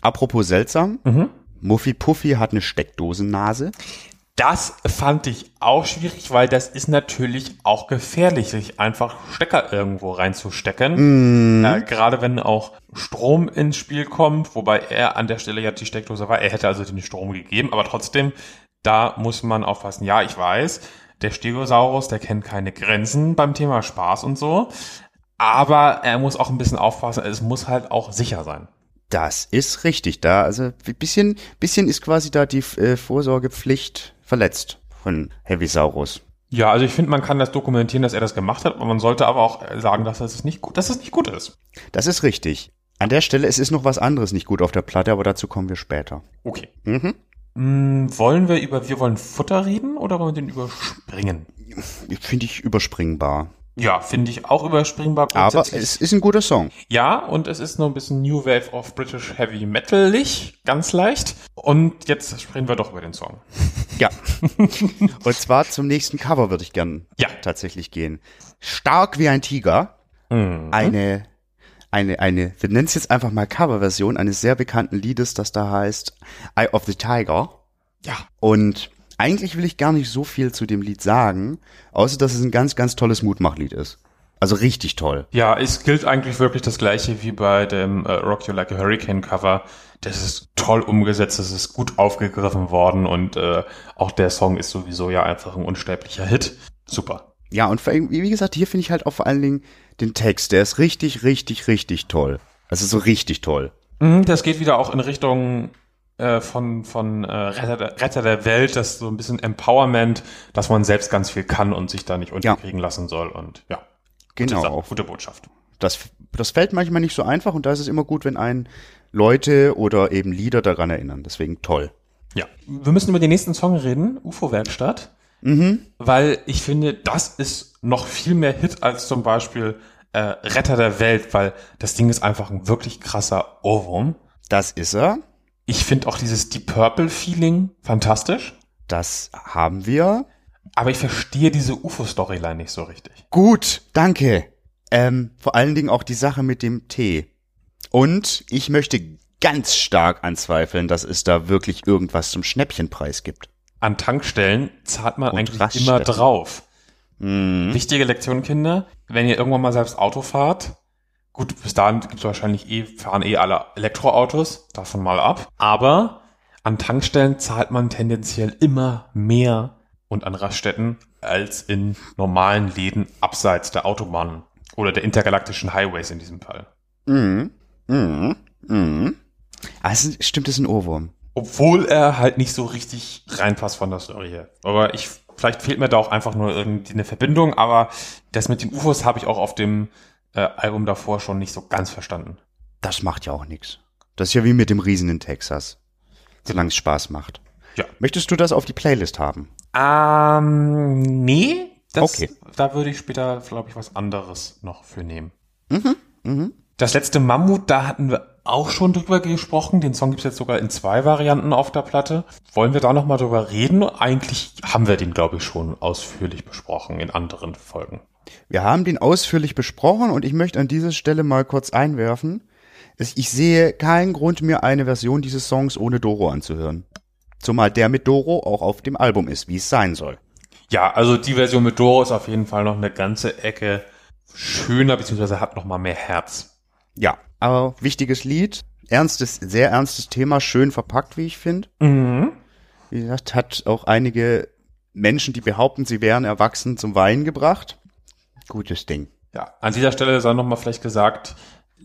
Speaker 3: Apropos seltsam.
Speaker 2: Mhm.
Speaker 3: Muffy Puffy hat eine Steckdosennase.
Speaker 2: Das fand ich auch schwierig, weil das ist natürlich auch gefährlich, sich einfach Stecker irgendwo reinzustecken. Äh, gerade wenn auch Strom ins Spiel kommt, wobei er an der Stelle ja die Steckdose war. Er hätte also den Strom gegeben, aber trotzdem, da muss man aufpassen. Ja, ich weiß, der Stegosaurus, der kennt keine Grenzen beim Thema Spaß und so. Aber er muss auch ein bisschen aufpassen. Es muss halt auch sicher sein.
Speaker 3: Das ist richtig. Da, also ein bisschen, bisschen ist quasi da die äh, Vorsorgepflicht verletzt von Heavisaurus.
Speaker 2: Ja, also ich finde, man kann das dokumentieren, dass er das gemacht hat, aber man sollte aber auch äh, sagen, dass das nicht gut, dass das nicht gut ist.
Speaker 3: Das ist richtig. An der Stelle, es ist noch was anderes nicht gut auf der Platte, aber dazu kommen wir später.
Speaker 2: Okay.
Speaker 3: Mhm.
Speaker 2: Mm, wollen wir über Wir wollen Futter reden oder wollen wir den überspringen?
Speaker 3: Finde ich überspringbar.
Speaker 2: Ja, finde ich auch überspringbar.
Speaker 3: Aber
Speaker 2: grundsätzlich.
Speaker 3: es ist ein guter Song.
Speaker 2: ja, und es ist noch ein bisschen New Wave of British Heavy Metalig, ganz leicht. Und jetzt sprechen wir doch über den Song.
Speaker 3: Ja. Und zwar zum nächsten Cover würde ich gern
Speaker 2: Ja.
Speaker 3: tatsächlich gehen. Stark wie ein Tiger.
Speaker 2: Mhm.
Speaker 3: Eine, eine, eine, wir nennen es jetzt einfach mal Coverversion eines sehr bekannten Liedes, das da heißt Eye of the Tiger.
Speaker 2: Ja.
Speaker 3: Und eigentlich will ich gar nicht so viel zu dem Lied sagen, außer dass es ein ganz, ganz tolles Mutmachlied ist. Also richtig toll.
Speaker 2: Ja, es gilt eigentlich wirklich das gleiche wie bei dem äh, Rock You Like a Hurricane Cover. Das ist toll umgesetzt, das ist gut aufgegriffen worden und äh, auch der Song ist sowieso ja einfach ein unsterblicher Hit. Super.
Speaker 3: Ja, und vor allem, wie wie gesagt, hier finde ich halt auch vor allen Dingen den Text. Der ist richtig, richtig, richtig toll. Also so richtig toll.
Speaker 2: Mhm, Das geht wieder auch in Richtung äh, von, von äh, Retter, der, Retter der Welt, das so ein bisschen Empowerment, dass man selbst ganz viel kann und sich da nicht unterkriegen lassen soll. Und ja,
Speaker 3: Genau.
Speaker 2: gute, Sache, gute Botschaft.
Speaker 3: das, das fällt manchmal nicht so einfach und da ist es immer gut, wenn einen Leute oder eben Lieder daran erinnern. Deswegen toll.
Speaker 2: Ja. Wir müssen über den nächsten Song reden, UFO-Werkstatt. Weil ich finde, das ist noch viel mehr Hit als zum Beispiel äh, Retter der Welt, weil das Ding ist einfach ein wirklich krasser Ohrwurm.
Speaker 3: Das ist er.
Speaker 2: Ich finde auch dieses Deep Purple-Feeling fantastisch.
Speaker 3: Das haben wir.
Speaker 2: Aber ich verstehe diese UFO-Storyline nicht so richtig.
Speaker 3: Gut, danke. Ähm, vor allen Dingen auch die Sache mit dem Tee. Und ich möchte ganz stark anzweifeln, dass es da wirklich irgendwas zum Schnäppchenpreis gibt.
Speaker 2: an Tankstellen zahlt man
Speaker 3: Und
Speaker 2: eigentlich
Speaker 3: Raststätten.
Speaker 2: immer drauf.
Speaker 3: Mhm.
Speaker 2: Wichtige Lektion, Kinder, wenn ihr irgendwann mal selbst Auto fahrt, gut, bis dahin gibt's wahrscheinlich eh, fahren eh alle Elektroautos, davon mal ab, aber an Tankstellen zahlt man tendenziell immer mehr und an Raststätten als in normalen Läden abseits der Autobahnen oder der intergalaktischen Highways in diesem Fall.
Speaker 3: Mhm. Mhm. Mhm. Ah, es ist, stimmt, es ist ein Ohrwurm.
Speaker 2: Obwohl er halt nicht so richtig reinpasst von der Story her. Aber ich, vielleicht fehlt mir da auch einfach nur irgendwie eine Verbindung, aber das mit den UFOs habe ich auch auf dem äh, Album davor schon nicht so ganz verstanden.
Speaker 3: Das macht ja auch nichts. Das ist ja wie mit dem Riesen in Texas. Solange es Spaß macht.
Speaker 2: Ja.
Speaker 3: Möchtest du das auf die Playlist haben?
Speaker 2: Ähm, nee. Das,
Speaker 3: Okay.
Speaker 2: Da würde ich später, glaube ich, was anderes noch für nehmen. Das letzte Mammut, da hatten wir auch schon drüber gesprochen. Den Song gibt's jetzt sogar in zwei Varianten auf der Platte. Wollen wir da nochmal drüber reden? Eigentlich haben wir den, glaube ich, schon ausführlich besprochen in anderen Folgen.
Speaker 3: Wir haben den ausführlich besprochen und ich möchte an dieser Stelle mal kurz einwerfen. es- Ich sehe keinen Grund, mir eine Version dieses Songs ohne Doro anzuhören. Zumal der mit Doro auch auf dem Album ist, wie es sein soll.
Speaker 2: Ja, also die Version mit Doro ist auf jeden Fall noch eine ganze Ecke schöner, beziehungsweise hat noch mal mehr Herz.
Speaker 3: Ja, aber wichtiges Lied, ernstes, sehr ernstes Thema, schön verpackt, wie ich finde. Wie gesagt, hat auch einige Menschen, die behaupten, sie wären erwachsen, zum Weinen gebracht. Gutes Ding.
Speaker 2: Ja, an dieser Stelle sei noch mal vielleicht gesagt,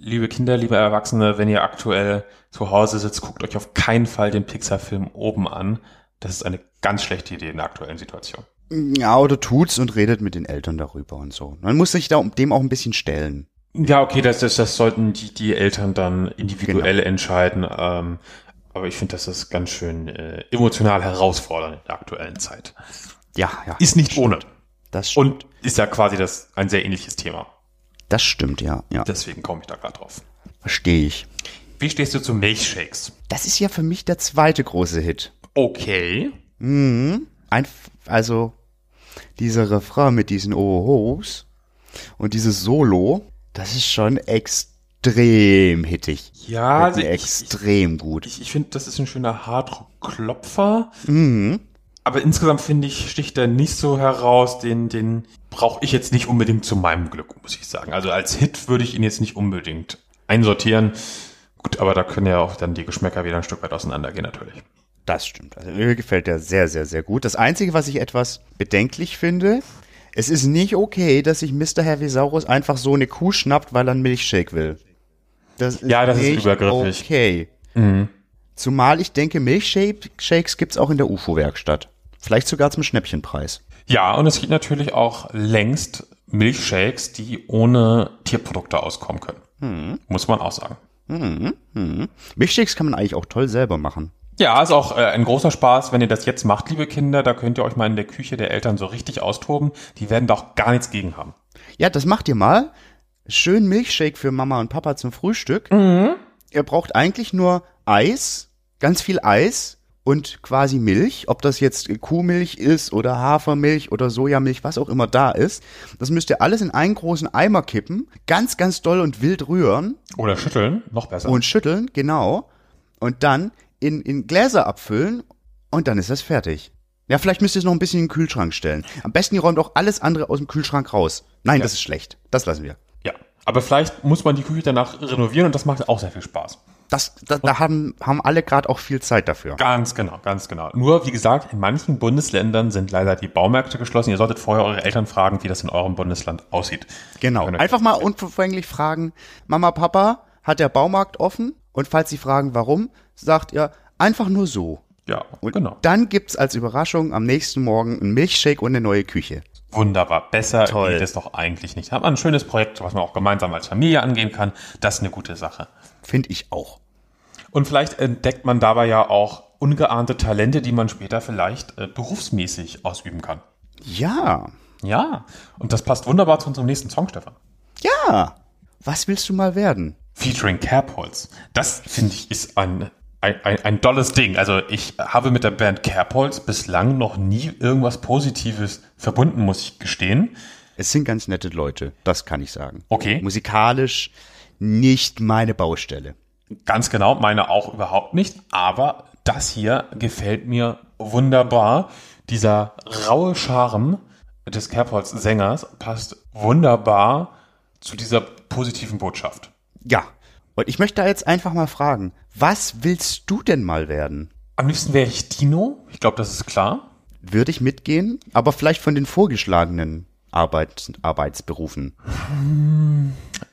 Speaker 2: liebe Kinder, liebe Erwachsene, wenn ihr aktuell zu Hause sitzt, guckt euch auf keinen Fall den Pixar-Film oben an. Das ist eine ganz schlechte Idee in der aktuellen Situation.
Speaker 3: Ja, oder tut's und redet mit den Eltern darüber und so. Man muss sich da um, dem auch ein bisschen stellen.
Speaker 2: Genau. Ja, okay, das, das, das sollten die, die Eltern dann individuell entscheiden. Ähm, Aber ich finde, das ist ganz schön äh, emotional herausfordernd in der aktuellen Zeit.
Speaker 3: Ja, ja.
Speaker 2: Ist nicht ohne.
Speaker 3: Das, st-
Speaker 2: Und ist ja quasi das ein sehr ähnliches Thema.
Speaker 3: das stimmt, ja. ja.
Speaker 2: Deswegen komme ich da gerade drauf.
Speaker 3: Verstehe ich.
Speaker 2: Wie stehst du zu Milchshakes?
Speaker 3: Das ist ja für mich der zweite große Hit. Mhm.
Speaker 2: Okay.
Speaker 3: Ein, also, dieser Refrain mit diesen Ohos und dieses Solo, das ist schon extrem hittig.
Speaker 2: Ja, also
Speaker 3: Gefällt mir
Speaker 2: ich,
Speaker 3: extrem gut.
Speaker 2: ich, ich finde, das ist ein schöner Hardrock-Klopfer. Aber insgesamt finde ich, sticht er nicht so heraus. Den, den brauche ich jetzt nicht unbedingt zu meinem Glück, muss ich sagen. Also als Hit würde ich ihn jetzt nicht unbedingt einsortieren. Gut, aber da können ja auch dann die Geschmäcker wieder ein Stück weit auseinandergehen, natürlich.
Speaker 3: Das stimmt. Also mir gefällt der sehr, sehr, sehr gut. Das Einzige, was ich etwas bedenklich finde, es ist nicht okay, dass sich Mr. Hervisaurus einfach so eine Kuh schnappt, weil er einen Milchshake will. Das ist
Speaker 2: Ja, das ist
Speaker 3: nicht
Speaker 2: übergriffig. Mhm.
Speaker 3: Okay. Zumal ich denke, Milchshakes gibt's auch in der UFO-Werkstatt. Vielleicht sogar zum Schnäppchenpreis.
Speaker 2: Ja, und es gibt natürlich auch längst Milchshakes, die ohne Tierprodukte auskommen können. Muss man auch sagen.
Speaker 3: Milchshakes kann man eigentlich auch toll selber machen.
Speaker 2: Ja, ist auch äh, ein großer Spaß, wenn ihr das jetzt macht, liebe Kinder. Da könnt ihr euch mal in der Küche der Eltern so richtig austoben. Die werden da auch gar nichts gegen haben.
Speaker 3: Ja, das macht ihr mal. Schön Milchshake für Mama und Papa zum Frühstück. Ihr braucht eigentlich nur Eis, ganz viel Eis und quasi Milch. Ob das jetzt Kuhmilch ist oder Hafermilch oder Sojamilch, was auch immer da ist. Das müsst ihr alles in einen großen Eimer kippen, ganz, ganz doll und wild rühren
Speaker 2: Oder schütteln, noch besser.
Speaker 3: und schütteln, genau. Und dann in, in Gläser abfüllen und dann ist das fertig. Ja, vielleicht müsst ihr es noch ein bisschen in den Kühlschrank stellen. Am besten ihr räumt auch alles andere aus dem Kühlschrank raus. Nein, das ist schlecht. Das lassen wir.
Speaker 2: ja. Aber vielleicht muss man die Küche danach renovieren und das macht auch sehr viel Spaß.
Speaker 3: Das, da, da haben, haben alle gerade auch viel Zeit dafür.
Speaker 2: Ganz genau, ganz genau. Nur, wie gesagt, in manchen Bundesländern sind leider die Baumärkte geschlossen. Ihr solltet vorher eure Eltern fragen, wie das in eurem Bundesland aussieht.
Speaker 3: Genau.
Speaker 2: Können-
Speaker 3: Einfach mal unverfänglich fragen, Mama, Papa, hat der Baumarkt offen? Und falls sie fragen, warum, sagt ihr einfach nur so.
Speaker 2: Ja,
Speaker 3: Und
Speaker 2: genau.
Speaker 3: dann gibt's als Überraschung am nächsten Morgen einen Milchshake und eine neue Küche.
Speaker 2: Wunderbar. Besser
Speaker 3: Toll.
Speaker 2: geht es doch eigentlich nicht. Hat man ein schönes Projekt, was man auch gemeinsam als Familie angehen kann. Das ist eine gute Sache.
Speaker 3: Finde ich auch.
Speaker 2: Und vielleicht entdeckt man dabei ja auch ungeahnte Talente, die man später vielleicht äh, berufsmäßig ausüben kann.
Speaker 3: Ja.
Speaker 2: Ja, und das passt wunderbar zu unserem nächsten Song, Stefan.
Speaker 3: Ja. Was willst du mal werden?
Speaker 2: Featuring Kerbholz. Das, finde ich, ist ein, ein, ein, ein dolles Ding. Also ich habe mit der Band Kerbholz bislang noch nie irgendwas Positives verbunden, muss ich gestehen.
Speaker 3: Es sind ganz nette Leute, das kann ich sagen.
Speaker 2: Okay.
Speaker 3: Musikalisch nicht meine Baustelle.
Speaker 2: Ganz genau, meine auch überhaupt nicht. Aber das hier gefällt mir wunderbar. Dieser raue Charme des Kerbholz-Sängers passt wunderbar zu dieser positiven Botschaft.
Speaker 3: Ja. Und ich möchte da jetzt einfach mal fragen, was willst du denn mal werden?
Speaker 2: Am liebsten wäre ich Dino. Ich glaube, das ist klar.
Speaker 3: Würde ich mitgehen, aber vielleicht von den vorgeschlagenen Arbeit, Arbeitsberufen.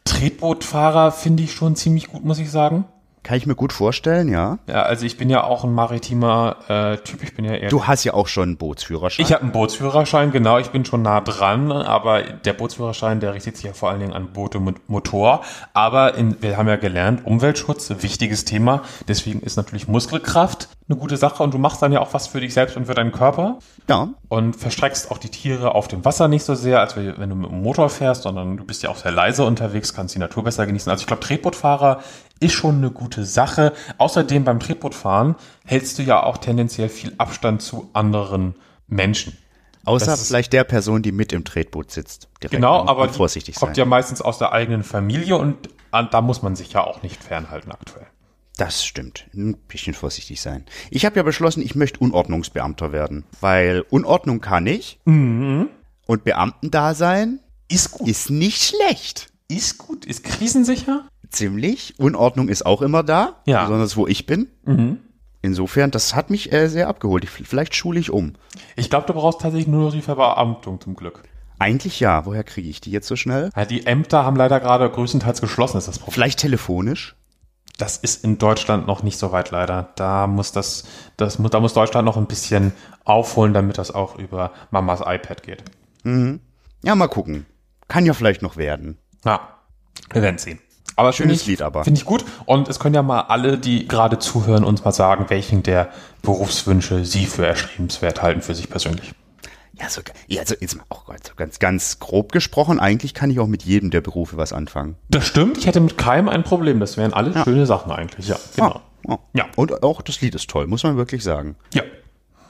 Speaker 2: Tretbootfahrer finde ich schon ziemlich gut, muss ich sagen.
Speaker 3: Kann ich mir gut vorstellen, ja.
Speaker 2: Ja, also ich bin ja auch ein maritimer äh, Typ. Ich bin ja eher
Speaker 3: Du hast ja auch schon einen Bootsführerschein.
Speaker 2: Ich habe einen Bootsführerschein, genau, ich bin schon nah dran, aber der Bootsführerschein, der richtet sich ja vor allen Dingen an Boote mit Motor. Aber in, wir haben ja gelernt, Umweltschutz, wichtiges Thema. Deswegen ist natürlich Muskelkraft eine gute Sache und du machst dann ja auch was für dich selbst und für deinen Körper
Speaker 3: ja.
Speaker 2: und verstreckst auch die Tiere auf dem Wasser nicht so sehr, als wenn wenn du mit dem Motor fährst, sondern du bist ja auch sehr leise unterwegs, kannst die Natur besser genießen. Also ich glaube, Tretbootfahrer ist schon eine gute Sache. Außerdem beim Tretbootfahren hältst du ja auch tendenziell viel Abstand zu anderen Menschen.
Speaker 3: Außer
Speaker 2: das ist-
Speaker 3: vielleicht der Person, die mit im Tretboot sitzt. Direkt
Speaker 2: Genau,
Speaker 3: und-
Speaker 2: aber
Speaker 3: und vorsichtig
Speaker 2: die kommt
Speaker 3: sein.
Speaker 2: ja meistens aus der eigenen Familie und an- da muss man sich ja auch nicht fernhalten aktuell.
Speaker 3: Das stimmt. Ein bisschen vorsichtig sein. Ich habe ja beschlossen, ich möchte Unordnungsbeamter werden, weil Unordnung kann ich und Beamtendasein
Speaker 2: Mhm. Ist gut.
Speaker 3: ist nicht schlecht.
Speaker 2: Ist gut. Ist krisensicher?
Speaker 3: Ziemlich. Unordnung ist auch immer da,
Speaker 2: Ja. Mhm.
Speaker 3: besonders wo ich bin. Insofern, das hat mich äh, sehr abgeholt. Ich, vielleicht schule ich um.
Speaker 2: Ich glaube, du brauchst tatsächlich nur noch die Verbeamtung zum Glück.
Speaker 3: Eigentlich ja. Woher kriege ich die jetzt so schnell?
Speaker 2: Ja, die Ämter haben leider gerade größtenteils geschlossen, ist das Problem.
Speaker 3: Vielleicht telefonisch?
Speaker 2: Das ist in Deutschland noch nicht so weit leider. Da muss das, das muss, da muss Deutschland noch ein bisschen aufholen, damit das auch über Mamas iPad geht.
Speaker 3: Ja, mal gucken. Kann ja vielleicht noch werden.
Speaker 2: Ja, wir werden sehen. Aber schön
Speaker 3: Schönes
Speaker 2: ich,
Speaker 3: Lied aber.
Speaker 2: Finde ich gut. Und es können ja mal alle, die gerade zuhören, uns mal sagen, welchen der Berufswünsche sie für erstrebenswert halten für sich persönlich.
Speaker 3: Ja, so, ja, so jetzt mal auch so ganz, ganz grob gesprochen. Eigentlich kann ich auch mit jedem der Berufe was anfangen.
Speaker 2: Das stimmt, ich hätte mit keinem ein Problem. Das wären alle schöne Sachen eigentlich, ja. Genau.
Speaker 3: Ah, ah.
Speaker 2: Ja.
Speaker 3: Und auch das Lied ist toll, muss man wirklich sagen.
Speaker 2: Ja.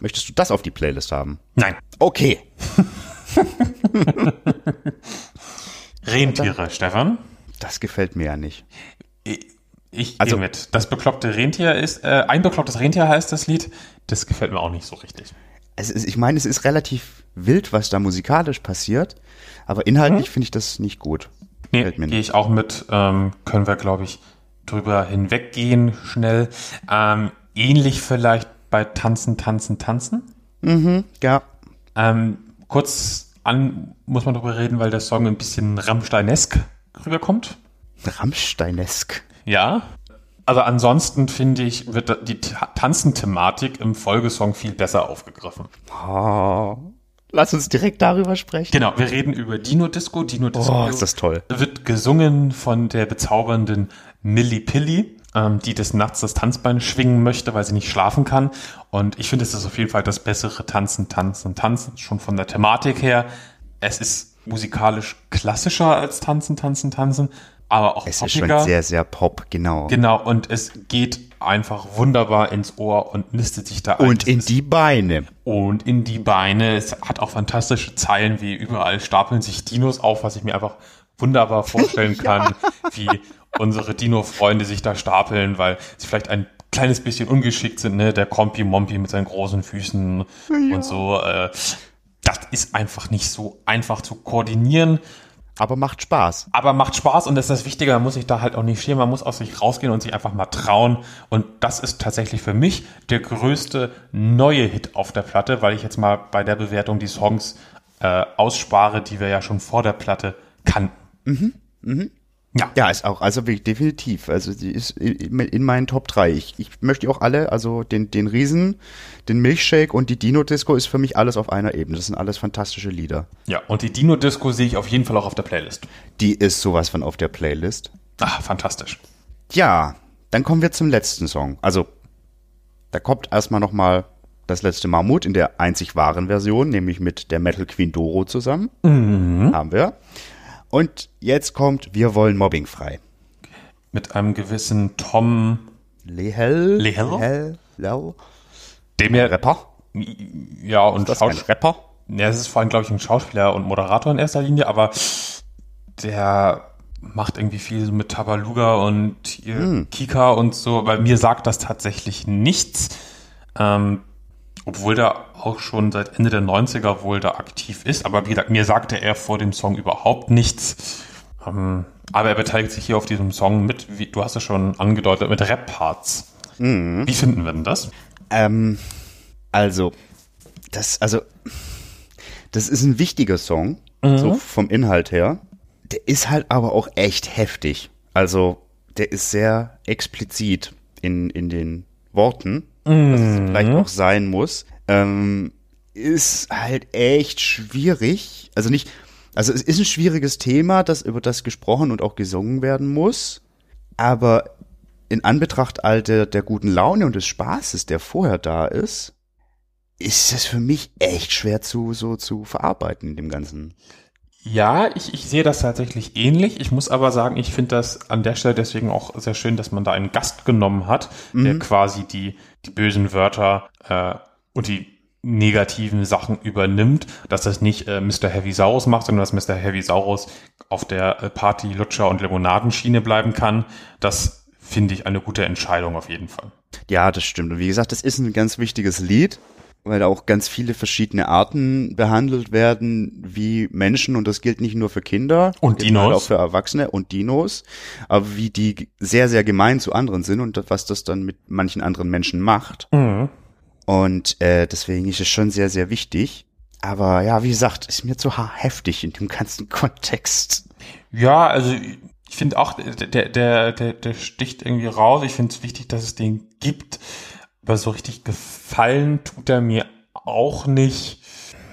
Speaker 3: Möchtest du das auf die Playlist haben?
Speaker 2: Nein.
Speaker 3: Okay.
Speaker 2: Rentiere, Stefan.
Speaker 3: Das gefällt mir ja nicht.
Speaker 2: Ich also,
Speaker 3: Also-
Speaker 2: gehe mit. Das bekloppte Rentier ist, äh, ein beklopptes Rentier heißt das Lied. Das gefällt mir auch nicht so richtig.
Speaker 3: Also es- ich meine, es ist relativ wild, was da musikalisch passiert, aber inhaltlich finde ich das nicht gut.
Speaker 2: Mhm. Nee,
Speaker 3: Gefällt mir
Speaker 2: gehe
Speaker 3: nicht.
Speaker 2: ich auch mit. Ähm, können wir, glaube ich, drüber hinweggehen, schnell. Ähm, ähnlich vielleicht bei Tanzen, Tanzen, Tanzen.
Speaker 3: Ja,
Speaker 2: Ähm, kurz an muss man drüber reden, weil der Song ein bisschen Rammsteinesk rüberkommt.
Speaker 3: Rammsteinesk.
Speaker 2: Ja. Also ansonsten finde ich, wird da- die Ta- Tanzen-Thematik im Folgesong viel besser aufgegriffen.
Speaker 3: Ah, Lass uns direkt darüber sprechen.
Speaker 2: Genau, wir reden über Dino Disco. Dino Disco
Speaker 3: Oh, ist das toll.
Speaker 2: wird gesungen von der bezaubernden Millie Pilly, ähm, die des Nachts das Tanzbein schwingen möchte, weil sie nicht schlafen kann. Und ich finde, es ist auf jeden Fall das bessere Tanzen, Tanzen, Tanzen, schon von der Thematik her. Es ist musikalisch klassischer als Tanzen, Tanzen, Tanzen, aber auch
Speaker 3: Es ist schon sehr, sehr pop, genau.
Speaker 2: Genau, und es geht einfach wunderbar ins Ohr und nistet sich da ein.
Speaker 3: Und in die Beine.
Speaker 2: und in die Beine. Es hat auch fantastische Zeilen, wie überall stapeln sich Dinos auf, was ich mir einfach wunderbar vorstellen kann, wie unsere Dino-Freunde sich da stapeln, weil sie vielleicht ein kleines bisschen ungeschickt sind, ne? Der Kompi Mompi mit seinen großen Füßen und so. Äh, das ist einfach nicht so einfach zu koordinieren
Speaker 3: Aber macht Spaß.
Speaker 2: aber macht Spaß und das ist das Wichtige, man muss sich da halt auch nicht schämen, man muss aus sich rausgehen und sich einfach mal trauen und das ist tatsächlich für mich der größte neue Hit auf der Platte, weil ich jetzt mal bei der Bewertung die Songs äh, ausspare, die wir ja schon vor der Platte kannten.
Speaker 3: Ja, ist auch, also wirklich definitiv. Also die ist in, in meinen Top 3. Ich, ich möchte die auch alle, also den, den Riesen, den Milchshake und die Dino-Disco ist für mich alles auf einer Ebene. Das sind alles fantastische Lieder.
Speaker 2: Ja, und die Dino-Disco sehe ich auf jeden Fall auch auf der Playlist.
Speaker 3: Die ist sowas von auf der Playlist.
Speaker 2: Ah, fantastisch.
Speaker 3: Ja, dann kommen wir zum letzten Song. Also, da kommt erstmal nochmal das letzte Mammut in der einzig wahren Version, nämlich mit der Metal Queen Doro zusammen. Haben wir. Und jetzt kommt Wir wollen Mobbing frei.
Speaker 2: Mit einem gewissen Tom,
Speaker 3: Lehel.
Speaker 2: Lehel?
Speaker 3: Lehel. Lehel.
Speaker 2: dem ja,
Speaker 3: Rapper.
Speaker 2: ja und
Speaker 3: Das ist kein
Speaker 2: Schaus-
Speaker 3: Rapper.
Speaker 2: Ja, es ist vor allem, glaube ich, ein Schauspieler und Moderator in erster Linie, aber der macht irgendwie viel so mit Tabaluga und äh,
Speaker 3: Hm.
Speaker 2: Kika und so. Bei mir sagt das tatsächlich nichts. Ähm, obwohl der auch schon seit Ende der 90er wohl da aktiv ist. Aber wie gesagt, mir sagte er vor dem Song überhaupt nichts. Ähm, aber er beteiligt sich hier auf diesem Song mit, wie du hast es schon angedeutet, mit Rap-Parts.
Speaker 3: Mhm.
Speaker 2: Wie finden wir denn das?
Speaker 3: Ähm, also, das, also, das ist ein wichtiger Song, so vom Inhalt her. Der ist halt aber auch echt heftig. Also, der ist sehr explizit in, in den Worten, was es vielleicht auch sein muss. Ähm, ist halt echt schwierig. Also nicht, also es ist ein schwieriges Thema, das über das gesprochen und auch gesungen werden muss. Aber in Anbetracht all der, der guten Laune und des Spaßes, der vorher da ist, ist das für mich echt schwer zu, so zu verarbeiten in dem Ganzen.
Speaker 2: Ja, ich, ich sehe das tatsächlich ähnlich. Ich muss aber sagen, ich finde das an der Stelle deswegen auch sehr schön, dass man da einen Gast genommen hat, der quasi die, die bösen Wörter äh, und die negativen Sachen übernimmt, dass das nicht äh, Mr. Heavy Saurus macht, sondern dass Mr. Heavy Saurus auf der äh, Party Lutscher und Limonadenschiene bleiben kann. Das finde ich eine gute Entscheidung auf jeden Fall.
Speaker 3: Ja, das stimmt. Und wie gesagt, das ist ein ganz wichtiges Lied, weil da auch ganz viele verschiedene Arten behandelt werden, wie Menschen, und das gilt nicht nur für Kinder.
Speaker 2: Und
Speaker 3: eben halt
Speaker 2: Dinos.
Speaker 3: Auch für Erwachsene und Dinos. Aber wie die sehr, sehr gemein zu anderen sind und was das dann mit manchen anderen Menschen macht. Und äh, deswegen ist es schon sehr, sehr wichtig. Aber ja, wie gesagt, ist mir zu ha- heftig in dem ganzen Kontext.
Speaker 2: Ja, also ich finde auch, der, der, der, der sticht irgendwie raus. Ich finde es wichtig, dass es den gibt. Aber so richtig gefallen tut er mir auch nicht.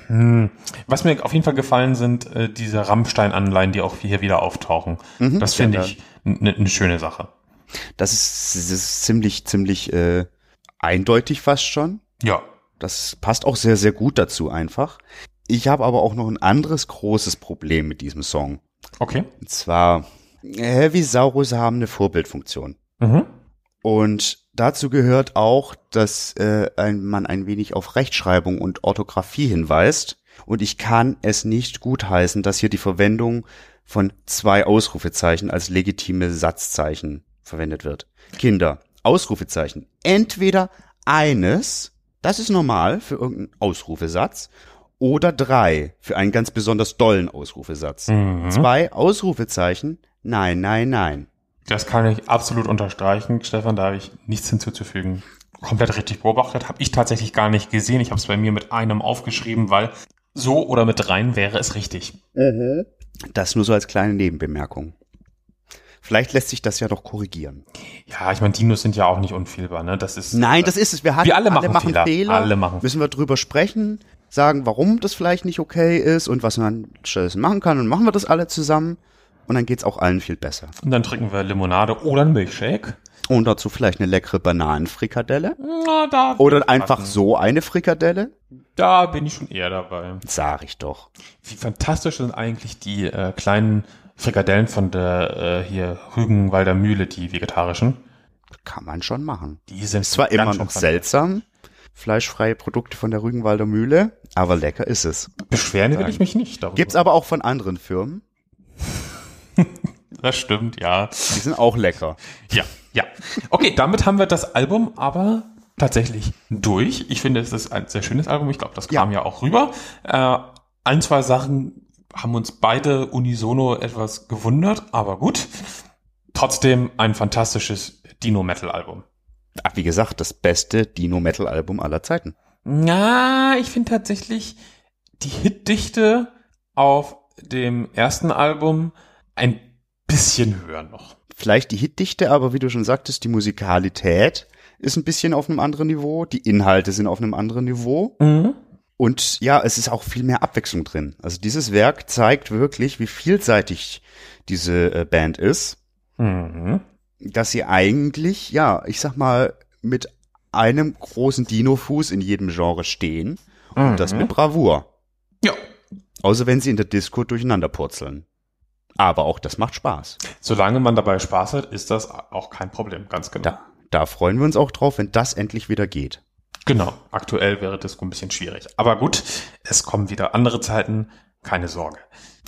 Speaker 2: Hm. Was mir auf jeden Fall gefallen sind, äh, diese Rammstein-Anleihen, die auch hier wieder auftauchen. das finde
Speaker 3: Mhm. ja,
Speaker 2: ich eine eine schöne Sache.
Speaker 3: Das ist, das ist ziemlich, ziemlich äh, eindeutig fast schon.
Speaker 2: Ja.
Speaker 3: Das passt auch sehr, sehr gut dazu einfach. Ich habe aber auch noch ein anderes großes Problem mit diesem Song.
Speaker 2: Okay.
Speaker 3: Und zwar, Heavy Saurus haben eine Vorbildfunktion.
Speaker 2: Mhm.
Speaker 3: Und dazu gehört auch, dass äh, ein, man ein wenig auf Rechtschreibung und Orthographie hinweist. Und ich kann es nicht gutheißen, dass hier die Verwendung von zwei Ausrufezeichen als legitime Satzzeichen verwendet wird. Kinder, Ausrufezeichen. Entweder eines, das ist normal für irgendeinen Ausrufesatz, oder drei für einen ganz besonders dollen Ausrufesatz. Zwei Ausrufezeichen, nein, nein, nein.
Speaker 2: Das kann ich absolut unterstreichen, Stefan, da habe ich nichts hinzuzufügen. Komplett richtig beobachtet, habe ich tatsächlich gar nicht gesehen. Ich habe es bei mir mit einem aufgeschrieben, weil so oder mit rein wäre es richtig.
Speaker 3: Das nur so als kleine Nebenbemerkung. Vielleicht lässt sich das ja doch korrigieren.
Speaker 2: Ja, ich meine, Dinos sind ja auch nicht unfehlbar, ne? Das ist
Speaker 3: Nein, das ist es. Wir, hatten,
Speaker 2: Wir alle machen Fehler. Alle machen-
Speaker 3: Müssen wir drüber sprechen, sagen, warum das vielleicht nicht okay ist und was man stattdessen machen kann. Und machen wir das alle zusammen. Und dann geht's auch allen viel besser.
Speaker 2: Und dann trinken wir Limonade oder einen Milchshake.
Speaker 3: Und dazu vielleicht eine leckere Bananenfrikadelle.
Speaker 2: Na, da,
Speaker 3: Oder einfach so eine Frikadelle.
Speaker 2: da bin ich schon eher dabei.
Speaker 3: Sag ich doch.
Speaker 2: Wie fantastisch sind eigentlich die äh, kleinen Frikadellen von der äh, hier Rügenwalder Mühle, die vegetarischen?
Speaker 3: Kann man schon machen.
Speaker 2: Die sind
Speaker 3: Zwar immer
Speaker 2: ganz
Speaker 3: noch
Speaker 2: schön
Speaker 3: seltsam. Fleischfreie Produkte von der Rügenwalder Mühle. Aber lecker ist es.
Speaker 2: Beschweren will ich mich nicht darüber.
Speaker 3: Gibt's aber auch von anderen Firmen.
Speaker 2: Das stimmt, ja.
Speaker 3: Die sind auch lecker.
Speaker 2: Ja, ja. Okay, damit haben wir das Album aber tatsächlich durch. Ich finde, es ist ein sehr schönes Album. Ich glaube, das kam ja, auch rüber. Äh, ein, zwei Sachen haben uns beide unisono etwas gewundert, aber gut. Trotzdem ein fantastisches Dino-Metal-Album.
Speaker 3: Ah, Wie gesagt, das beste Dino-Metal-Album aller Zeiten.
Speaker 2: Na, ich finde tatsächlich die Hitdichte auf dem ersten Album ein bisschen höher noch.
Speaker 3: Vielleicht die Hitdichte, aber wie du schon sagtest, die Musikalität ist ein bisschen auf einem anderen Niveau, die Inhalte sind auf einem anderen Niveau
Speaker 2: Mhm.
Speaker 3: und ja, es ist auch viel mehr Abwechslung drin. Also dieses Werk zeigt wirklich, wie vielseitig diese äh, Band ist,
Speaker 2: Mhm.
Speaker 3: dass sie eigentlich, ja, ich sag mal, mit einem großen Dino-Fuß in jedem Genre stehen und das mit Bravour.
Speaker 2: Mhm. Ja,
Speaker 3: Außer wenn sie in der Disco durcheinander purzeln. Aber auch das macht Spaß.
Speaker 2: Solange man dabei Spaß hat, ist das auch kein Problem, ganz genau.
Speaker 3: Da, da freuen wir uns auch drauf, wenn das endlich wieder geht.
Speaker 2: Genau. Aktuell wäre das ein bisschen schwierig. Aber gut, es kommen wieder andere Zeiten, keine Sorge.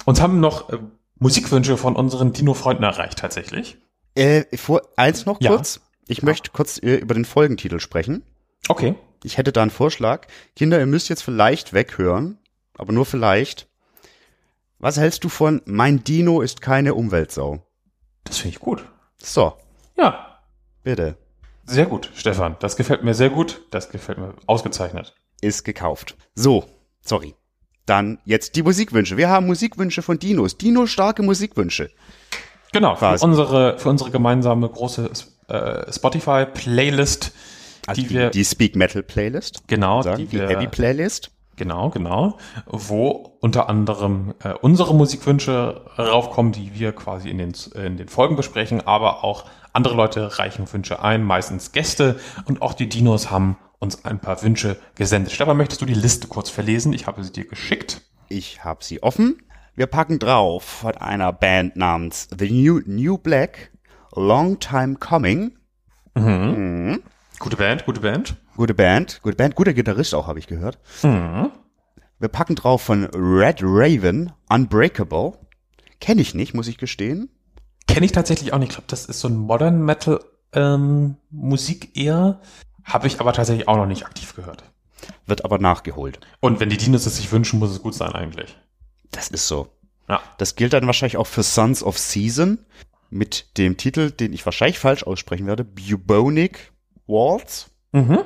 Speaker 2: Uns haben noch äh, Musikwünsche von unseren Dino-Freunden erreicht, tatsächlich.
Speaker 3: Äh, vor, eins noch
Speaker 2: Ja.
Speaker 3: kurz. Ich möchte kurz äh, über den Folgentitel sprechen.
Speaker 2: Okay.
Speaker 3: Ich hätte da einen Vorschlag. Kinder, ihr müsst jetzt vielleicht weghören, aber nur vielleicht. Was hältst du von Mein Dino ist keine Umweltsau?
Speaker 2: Das finde ich gut.
Speaker 3: So,
Speaker 2: Ja,
Speaker 3: bitte.
Speaker 2: sehr gut, Stefan. Das gefällt mir sehr gut. Das gefällt mir ausgezeichnet.
Speaker 3: Ist gekauft. So, sorry. Dann jetzt die Musikwünsche. Wir haben Musikwünsche von Dinos. Dino starke Musikwünsche.
Speaker 2: Genau, für
Speaker 3: Quasi.
Speaker 2: unsere, für unsere gemeinsame große äh, Spotify-Playlist,
Speaker 3: Also
Speaker 2: die
Speaker 3: die,
Speaker 2: wir...
Speaker 3: die Speak Metal Playlist.
Speaker 2: genau,
Speaker 3: Sagen, die
Speaker 2: wir-
Speaker 3: Heavy Playlist.
Speaker 2: Genau, genau. Wo unter anderem äh, unsere Musikwünsche raufkommen, die wir quasi in den, in den Folgen besprechen, aber auch andere Leute reichen Wünsche ein, meistens Gäste und auch die Dinos haben uns ein paar Wünsche gesendet. Stefan, möchtest du die Liste kurz verlesen? Ich habe sie dir geschickt.
Speaker 3: Ich habe sie offen. Wir packen drauf von einer Band namens The New, New Black, Long Time Coming.
Speaker 2: Gute Band, gute Band.
Speaker 3: Gute Band, gute Band, guter Gitarrist auch, habe ich gehört.
Speaker 2: Hm.
Speaker 3: Wir packen drauf von Red Raven, Unbreakable. Kenne ich nicht, muss ich gestehen.
Speaker 2: Kenne ich tatsächlich auch nicht. Ich glaube, das ist so ein Modern Metal ähm, Musik eher. Habe ich aber tatsächlich auch noch nicht aktiv gehört.
Speaker 3: Wird aber nachgeholt.
Speaker 2: Und wenn die Dinos es sich wünschen, muss es gut sein eigentlich.
Speaker 3: Das ist so.
Speaker 2: Ja.
Speaker 3: Das gilt dann wahrscheinlich auch für Sons of Season mit dem Titel, den ich wahrscheinlich falsch aussprechen werde, Bubonic Waltz.
Speaker 2: Mhm.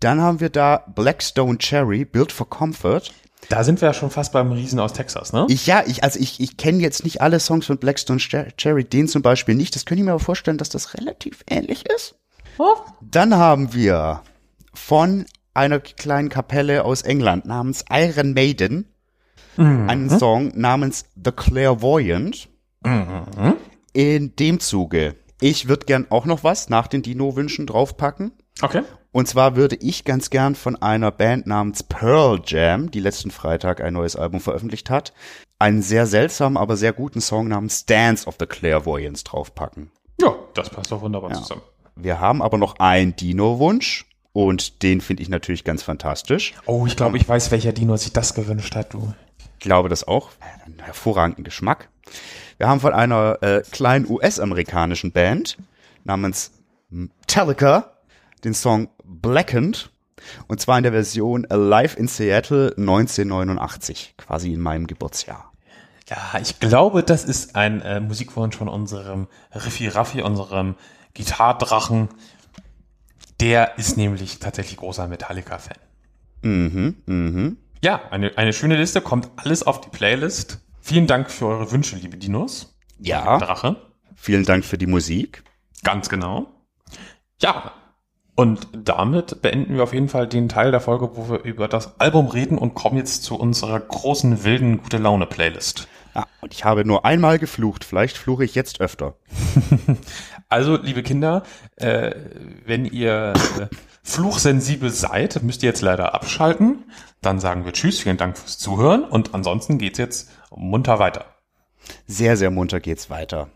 Speaker 3: Dann haben wir da Blackstone Cherry, Built for Comfort.
Speaker 2: Da sind wir ja schon fast beim Riesen aus Texas, ne?
Speaker 3: Ich, ja, ich, also ich, ich kenne jetzt nicht alle Songs von Blackstone Cher- Cherry, den zum Beispiel nicht. Das könnte ich mir aber vorstellen, dass das relativ ähnlich ist.
Speaker 2: Oh.
Speaker 3: Dann haben wir von einer kleinen Kapelle aus England namens Iron Maiden einen Song namens The Clairvoyant. In dem Zuge, ich würde gern auch noch was nach den Dino-Wünschen draufpacken.
Speaker 2: Okay.
Speaker 3: Und zwar würde ich ganz gern von einer Band namens Pearl Jam, die letzten Freitag ein neues Album veröffentlicht hat, einen sehr seltsamen, aber sehr guten Song namens Dance of the Clairvoyance draufpacken.
Speaker 2: Ja, das passt doch wunderbar zusammen.
Speaker 3: Wir haben aber noch einen Dino-Wunsch und den finde ich natürlich ganz fantastisch.
Speaker 2: Oh, ich glaube, ich weiß, welcher Dino sich das gewünscht hat, du.
Speaker 3: Ich glaube das auch. Einen hervorragenden Geschmack. Wir haben von einer äh, kleinen US-amerikanischen Band namens Metallica den Song Blackened. Und zwar in der Version Live in Seattle 1989, quasi in meinem Geburtsjahr.
Speaker 2: Ja, ich glaube, das ist ein äh, Musikwunsch von unserem Riffi Raffi, unserem Gitardrachen. Der ist nämlich tatsächlich großer Metallica-Fan.
Speaker 3: Mhm, mhm.
Speaker 2: Ja, eine, eine schöne Liste, kommt alles auf die Playlist. Vielen Dank für eure Wünsche, liebe Dinos.
Speaker 3: Ja,
Speaker 2: Drache.
Speaker 3: vielen Dank für die Musik.
Speaker 2: Ganz genau. Ja, und damit beenden wir auf jeden Fall den Teil der Folge, wo wir über das Album reden und kommen jetzt zu unserer großen, wilden, gute Laune-Playlist.
Speaker 3: Ah, und ich habe nur einmal geflucht, vielleicht fluche ich jetzt öfter.
Speaker 2: Also, liebe Kinder, äh, wenn ihr äh, fluchsensibel seid, müsst ihr jetzt leider abschalten. Dann sagen wir Tschüss, vielen Dank fürs Zuhören und ansonsten geht's jetzt munter weiter.
Speaker 3: Sehr, sehr munter geht's weiter.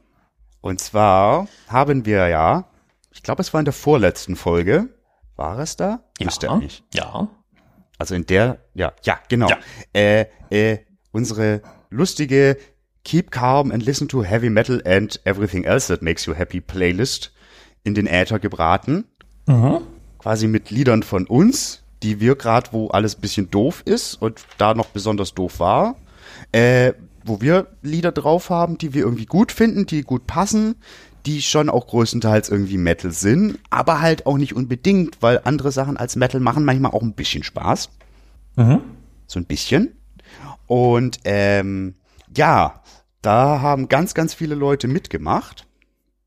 Speaker 3: Und zwar haben wir ja, ich glaube, es war in der vorletzten Folge. War es da? Müsste eigentlich.
Speaker 2: Ja.
Speaker 3: Also in der, ja, ja, genau.
Speaker 2: Ja.
Speaker 3: Äh, äh, unsere lustige Keep Calm and Listen to Heavy Metal and Everything Else That Makes You Happy Playlist in den Äther gebraten. Quasi mit Liedern von uns, die wir gerade, wo alles ein bisschen doof ist und da noch besonders doof war, äh, wo wir Lieder drauf haben, die wir irgendwie gut finden, die gut passen, die schon auch größtenteils irgendwie Metal sind, aber halt auch nicht unbedingt, weil andere Sachen als Metal machen manchmal auch ein bisschen Spaß so ein bisschen. Und ähm, ja, da haben ganz, ganz viele Leute mitgemacht.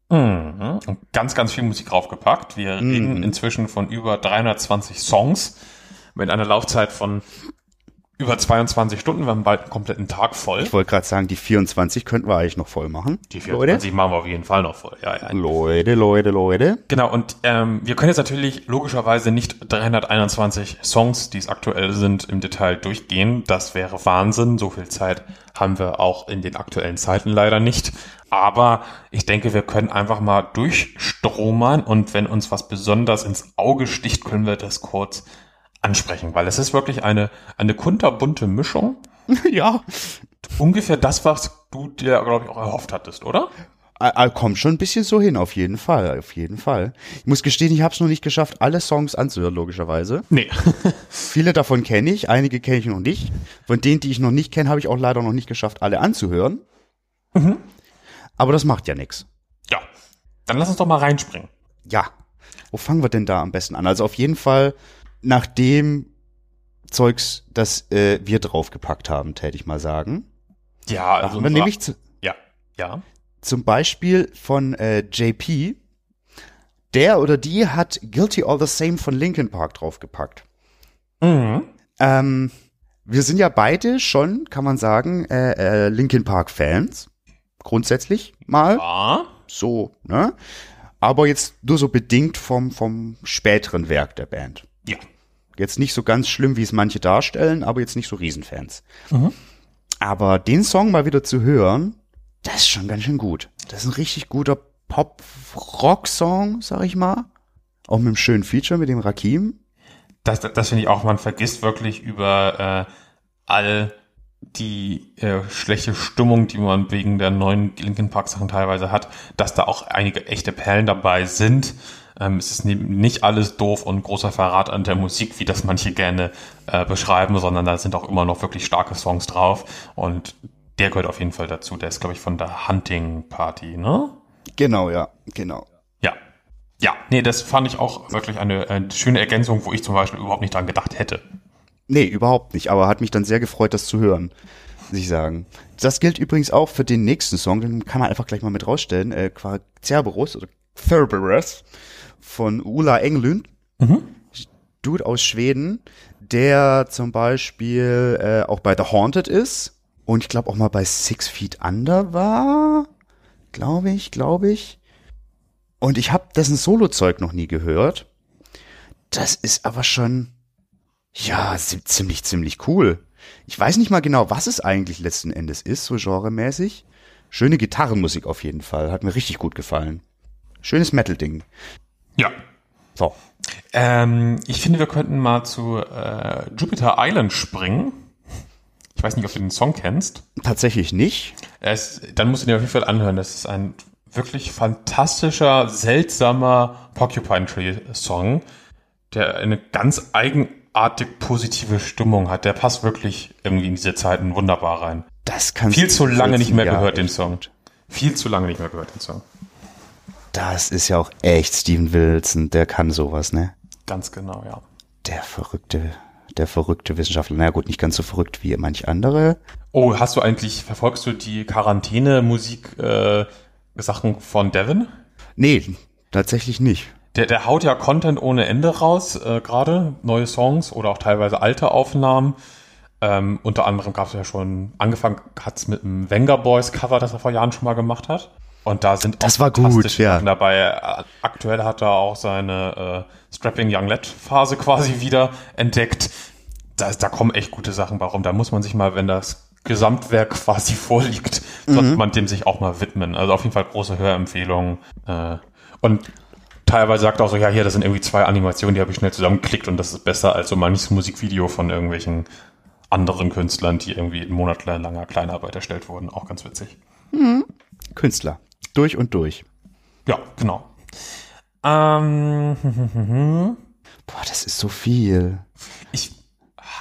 Speaker 2: Mhm. Und ganz, ganz viel Musik draufgepackt. Wir
Speaker 3: Mhm.
Speaker 2: reden inzwischen von über 320 Songs mit einer Laufzeit von über 22 Stunden. Wir haben bald einen kompletten Tag voll.
Speaker 3: Ich wollte gerade sagen, die 24 könnten wir eigentlich noch voll machen.
Speaker 2: Die 24 machen wir auf jeden Fall noch voll. Ja, ja.
Speaker 3: Leute, Leute, Leute.
Speaker 2: Genau, und ähm, wir können jetzt natürlich logischerweise nicht 321 Songs, die es aktuell sind, im Detail durchgehen. Das wäre Wahnsinn. So viel Zeit haben wir auch in den aktuellen Zeiten leider nicht. Aber ich denke, wir können einfach mal durchstromern und wenn uns was besonders ins Auge sticht, können wir das kurz ansprechen, weil es ist wirklich eine, eine kunterbunte Mischung.
Speaker 3: ja.
Speaker 2: Ungefähr das, was du dir, glaube ich, auch erhofft hattest, oder?
Speaker 3: Ah, ah, Kommt schon ein bisschen so hin, auf jeden Fall, auf jeden Fall. Ich muss gestehen, ich habe es noch nicht geschafft, alle Songs anzuhören, logischerweise.
Speaker 2: Nee.
Speaker 3: Viele davon kenne ich, einige kenne ich noch nicht. Von denen, die ich noch nicht kenne, habe ich auch leider noch nicht geschafft, alle anzuhören. Aber das macht ja nichts.
Speaker 2: ja. Dann lass uns doch mal reinspringen.
Speaker 3: Ja. Wo fangen wir denn da am besten an? Also auf jeden Fall nach dem Zeugs, das äh, wir draufgepackt haben, täte ich mal sagen.
Speaker 2: Ja,
Speaker 3: Also haben wir nämlich zu,
Speaker 2: Ja, ja.
Speaker 3: zum Beispiel von äh, JP. Der oder die hat Guilty All the Same von Linkin Park draufgepackt.
Speaker 2: Mhm.
Speaker 3: Ähm, wir sind ja beide schon, kann man sagen, äh, äh, Linkin Park-Fans. Grundsätzlich mal.
Speaker 2: Ah,
Speaker 3: So, ne? Aber jetzt nur so bedingt vom, vom späteren Werk der Band.
Speaker 2: ja.
Speaker 3: Jetzt nicht so ganz schlimm, wie es manche darstellen, aber jetzt nicht so Riesenfans. Aber den Song mal wieder zu hören, das ist schon ganz schön gut. Das ist ein richtig guter Pop-Rock-Song, sag ich mal. Auch mit einem schönen Feature mit dem Rakim.
Speaker 2: Das, das, das finde ich auch, man vergisst wirklich über äh, all die äh, schlechte Stimmung, die man wegen der neuen Linkin Park Sachen teilweise hat, dass da auch einige echte Perlen dabei sind. Ähm, es ist ne- nicht alles doof und großer Verrat an der Musik, wie das manche gerne äh, beschreiben, sondern da sind auch immer noch wirklich starke Songs drauf und der gehört auf jeden Fall dazu. Der ist, glaube ich, von der Hunting Party, ne?
Speaker 3: Genau, ja, genau.
Speaker 2: Ja. Ja, nee, das fand ich auch wirklich eine, äh, schöne Ergänzung, wo ich zum Beispiel überhaupt nicht dran gedacht hätte.
Speaker 3: Nee, überhaupt nicht, aber hat mich dann sehr gefreut, das zu hören, muss ich sagen. Das gilt übrigens auch für den nächsten Song, den kann man einfach gleich mal mit rausstellen, äh, qua Cerberus oder Cerberus von Ula Englund, Dude aus Schweden, der zum Beispiel äh, auch bei The Haunted ist und ich glaube auch mal bei Six Feet Under war. Glaube ich, glaube ich. Und ich habe dessen Solo-Zeug noch nie gehört. Das ist aber schon, ja, zi- ziemlich, ziemlich cool. Ich weiß nicht mal genau, was es eigentlich letzten Endes ist, so genremäßig. Schöne Gitarrenmusik auf jeden Fall. Hat mir richtig gut gefallen. Schönes Metal-Ding.
Speaker 2: Ja.
Speaker 3: So.
Speaker 2: Ähm, ich finde, wir könnten mal zu äh, Jupiter Island springen. Ich weiß nicht, ob du den Song kennst.
Speaker 3: Tatsächlich nicht.
Speaker 2: Es, dann musst du dir auf jeden Fall anhören. Das ist ein wirklich fantastischer, seltsamer Porcupine Tree Song, der eine ganz eigenartig positive Stimmung hat. Der passt wirklich irgendwie in diese Zeiten wunderbar rein.
Speaker 3: Das kannst
Speaker 2: Viel
Speaker 3: du
Speaker 2: zu
Speaker 3: in
Speaker 2: lange
Speaker 3: 14
Speaker 2: nicht mehr
Speaker 3: Jahren
Speaker 2: gehört, den
Speaker 3: echt.
Speaker 2: Song. Viel zu lange nicht mehr gehört, den Song.
Speaker 3: Das ist ja auch echt Steven Wilson. Der kann sowas, ne?
Speaker 2: Ganz genau, ja.
Speaker 3: Der verrückte, der verrückte Wissenschaftler. Na naja, gut, nicht ganz so verrückt wie manch andere.
Speaker 2: Oh, hast du eigentlich, verfolgst du die Quarantäne-Musik-Sachen von Devin?
Speaker 3: Nee, tatsächlich nicht.
Speaker 2: Der, der haut ja Content ohne Ende raus, äh, gerade neue Songs oder auch teilweise alte Aufnahmen. Ähm, unter anderem gab es ja schon, angefangen hat's mit einem Venga Boys Cover, das er vor Jahren schon mal gemacht hat. Und da sind
Speaker 3: Das war gut,
Speaker 2: fantastische
Speaker 3: ja.
Speaker 2: Sachen dabei. Äh, Aktuell hat er auch seine äh, Strapping Young Lad Phase quasi wieder entdeckt. Da, da kommen echt gute Sachen bei rum. Da muss man sich mal, wenn das Gesamtwerk quasi vorliegt,
Speaker 3: Mhm.
Speaker 2: sollte man dem sich auch mal widmen. Also auf jeden Fall große Hörempfehlung. Äh, und teilweise sagt er auch so, ja, hier, das sind irgendwie zwei Animationen, die habe ich schnell zusammengeklickt und das ist besser als so manches Musikvideo von irgendwelchen anderen Künstlern, die irgendwie einen Monat lang- langer Kleinarbeit erstellt wurden. Auch ganz witzig.
Speaker 3: Künstler. Durch und durch.
Speaker 2: Ja, genau. Ähm,
Speaker 3: Boah, das ist so viel.
Speaker 2: ich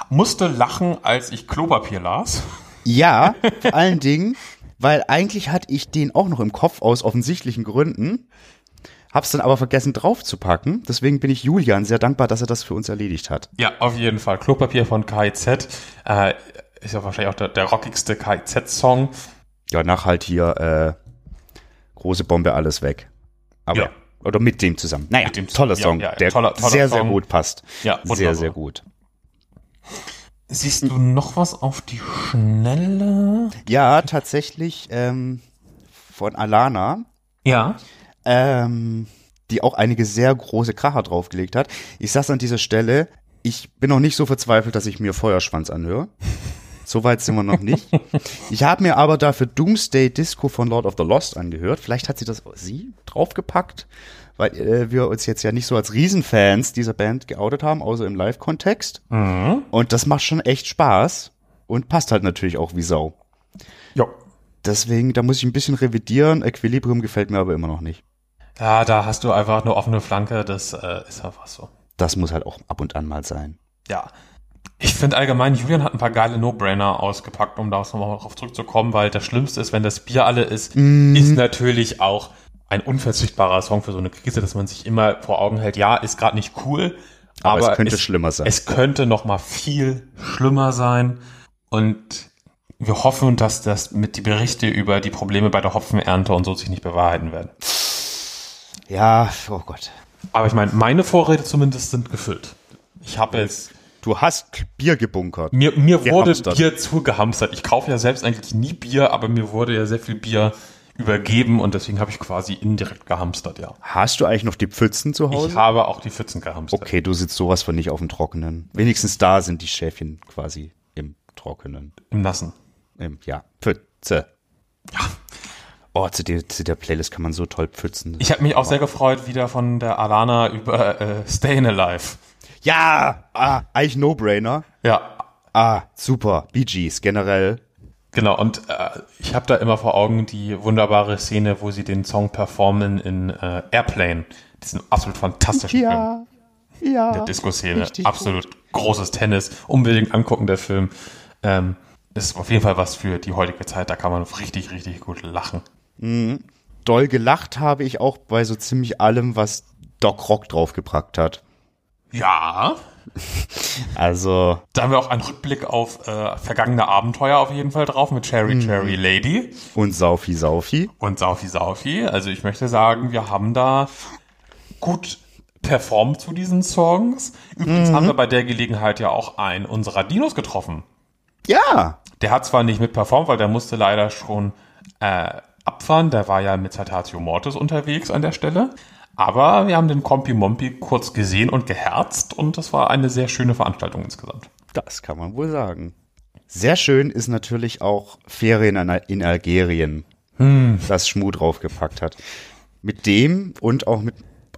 Speaker 2: musste lachen, als ich Klopapier las.
Speaker 3: Ja, vor allen Dingen, weil eigentlich hatte ich den auch noch im Kopf aus offensichtlichen Gründen. Hab's dann aber vergessen draufzupacken. Deswegen bin ich Julian sehr dankbar, dass er das für uns erledigt hat.
Speaker 2: Ja, auf jeden Fall. Klopapier von KIZ. Äh, ist ja wahrscheinlich auch der, der rockigste KIZ-Song.
Speaker 3: Ja, nach halt hier äh, große Bombe alles weg. Aber
Speaker 2: Ja.
Speaker 3: oder mit dem zusammen. Naja,
Speaker 2: Mit dem
Speaker 3: toller
Speaker 2: zusammen,
Speaker 3: Song,
Speaker 2: ja, ja,
Speaker 3: der
Speaker 2: toller- toller
Speaker 3: sehr sehr
Speaker 2: Song.
Speaker 3: gut passt.
Speaker 2: Ja,
Speaker 3: sehr
Speaker 2: wunderbar.
Speaker 3: sehr gut.
Speaker 2: Siehst du noch was auf die Schnelle?
Speaker 3: Ja, tatsächlich ähm, von Alana,
Speaker 2: Ja.
Speaker 3: ähm, die auch einige sehr große Kracher draufgelegt hat. Ich sag's an dieser Stelle, ich bin noch nicht so verzweifelt, dass ich mir Feuerschwanz anhöre. Soweit sind wir noch nicht. Ich habe mir aber dafür Doomsday Disco von Lord of the Lost angehört. Vielleicht hat sie das sie draufgepackt, weil äh, wir uns jetzt ja nicht so als Riesenfans dieser Band geoutet haben, außer im Live-Kontext. Und das macht schon echt Spaß und passt halt natürlich auch wie Sau.
Speaker 2: Ja.
Speaker 3: Deswegen, da muss ich ein bisschen revidieren. Equilibrium gefällt mir aber immer noch nicht.
Speaker 2: Ja, da hast du einfach eine offene Flanke, das äh, ist einfach so.
Speaker 3: Das muss halt auch ab und an mal sein.
Speaker 2: Ja. Ich finde allgemein, Julian hat ein paar geile No-Brainer ausgepackt, um daraus nochmal drauf zurückzukommen, weil das Schlimmste ist, wenn das Bier alle ist,
Speaker 3: Mhm.
Speaker 2: ist natürlich auch ein unverzichtbarer Song für so eine Krise, dass man sich immer vor Augen hält, ja, ist gerade nicht cool,
Speaker 3: Aber
Speaker 2: aber,
Speaker 3: es könnte schlimmer sein.
Speaker 2: Es könnte noch mal viel schlimmer sein und wir hoffen, dass das mit die Berichte über die Probleme bei der Hopfenernte und so sich nicht bewahrheiten werden.
Speaker 3: Ja, oh Gott.
Speaker 2: Aber ich meine, meine Vorräte zumindest sind gefüllt. Ich habe jetzt
Speaker 3: Du hast Bier gebunkert.
Speaker 2: Mir, mir wurde
Speaker 3: Gehamstert.
Speaker 2: Bier zugehamstert. Ich kaufe ja selbst eigentlich nie Bier, aber mir wurde ja sehr viel Bier übergeben und deswegen habe ich quasi indirekt gehamstert, ja.
Speaker 3: Hast du eigentlich noch die Pfützen zu
Speaker 2: Ich
Speaker 3: Hause?
Speaker 2: habe auch die Pfützen gehamstert.
Speaker 3: okay, du sitzt sowas von nicht auf dem Trockenen. Wenigstens da sind die Schäfchen quasi im Trockenen.
Speaker 2: Im Nassen.
Speaker 3: Im, ja, Pfütze. Oh, zu der, zu der Playlist kann man so toll pfützen.
Speaker 2: Ich habe mich auch sehr gefreut, wieder von der Alana über äh, Stayin' Alive.
Speaker 3: ja, ah, eigentlich No-Brainer.
Speaker 2: Ja,
Speaker 3: Ah, super. Bee Gees generell.
Speaker 2: genau. Und äh, ich habe da immer vor Augen die wunderbare Szene, wo sie den Song performen in äh, Airplane. Diesen absolut fantastischen Film.
Speaker 3: ja.
Speaker 2: der Disco-Szene.
Speaker 3: richtig
Speaker 2: Absolut großes Tennis. Unbedingt angucken, der Film. Ähm, ist auf jeden Fall was für die heutige Zeit. Da kann man richtig, richtig gut lachen.
Speaker 3: doll gelacht habe ich auch bei so ziemlich allem, was Doc Rock draufgepackt hat.
Speaker 2: Ja.
Speaker 3: Also,
Speaker 2: Da haben wir auch einen Rückblick auf äh, vergangene Abenteuer auf jeden Fall drauf mit Cherry Cherry Lady
Speaker 3: und Saufi Saufi.
Speaker 2: und Saufi Saufi. Also ich möchte sagen, wir haben da gut performt zu diesen Songs. Übrigens haben wir bei der Gelegenheit ja auch einen unserer Dinos getroffen.
Speaker 3: Ja,
Speaker 2: Der hat zwar nicht mit performt, weil der musste leider schon äh, abfahren. Der war ja mit Satatio Mortis unterwegs an der Stelle. Aber wir haben den Kompi Mompi kurz gesehen und geherzt und das war eine sehr schöne Veranstaltung insgesamt.
Speaker 3: Das kann man wohl sagen. Sehr schön ist natürlich auch Ferien an- in Algerien, das Schmu draufgepackt hat. Mit dem und auch mit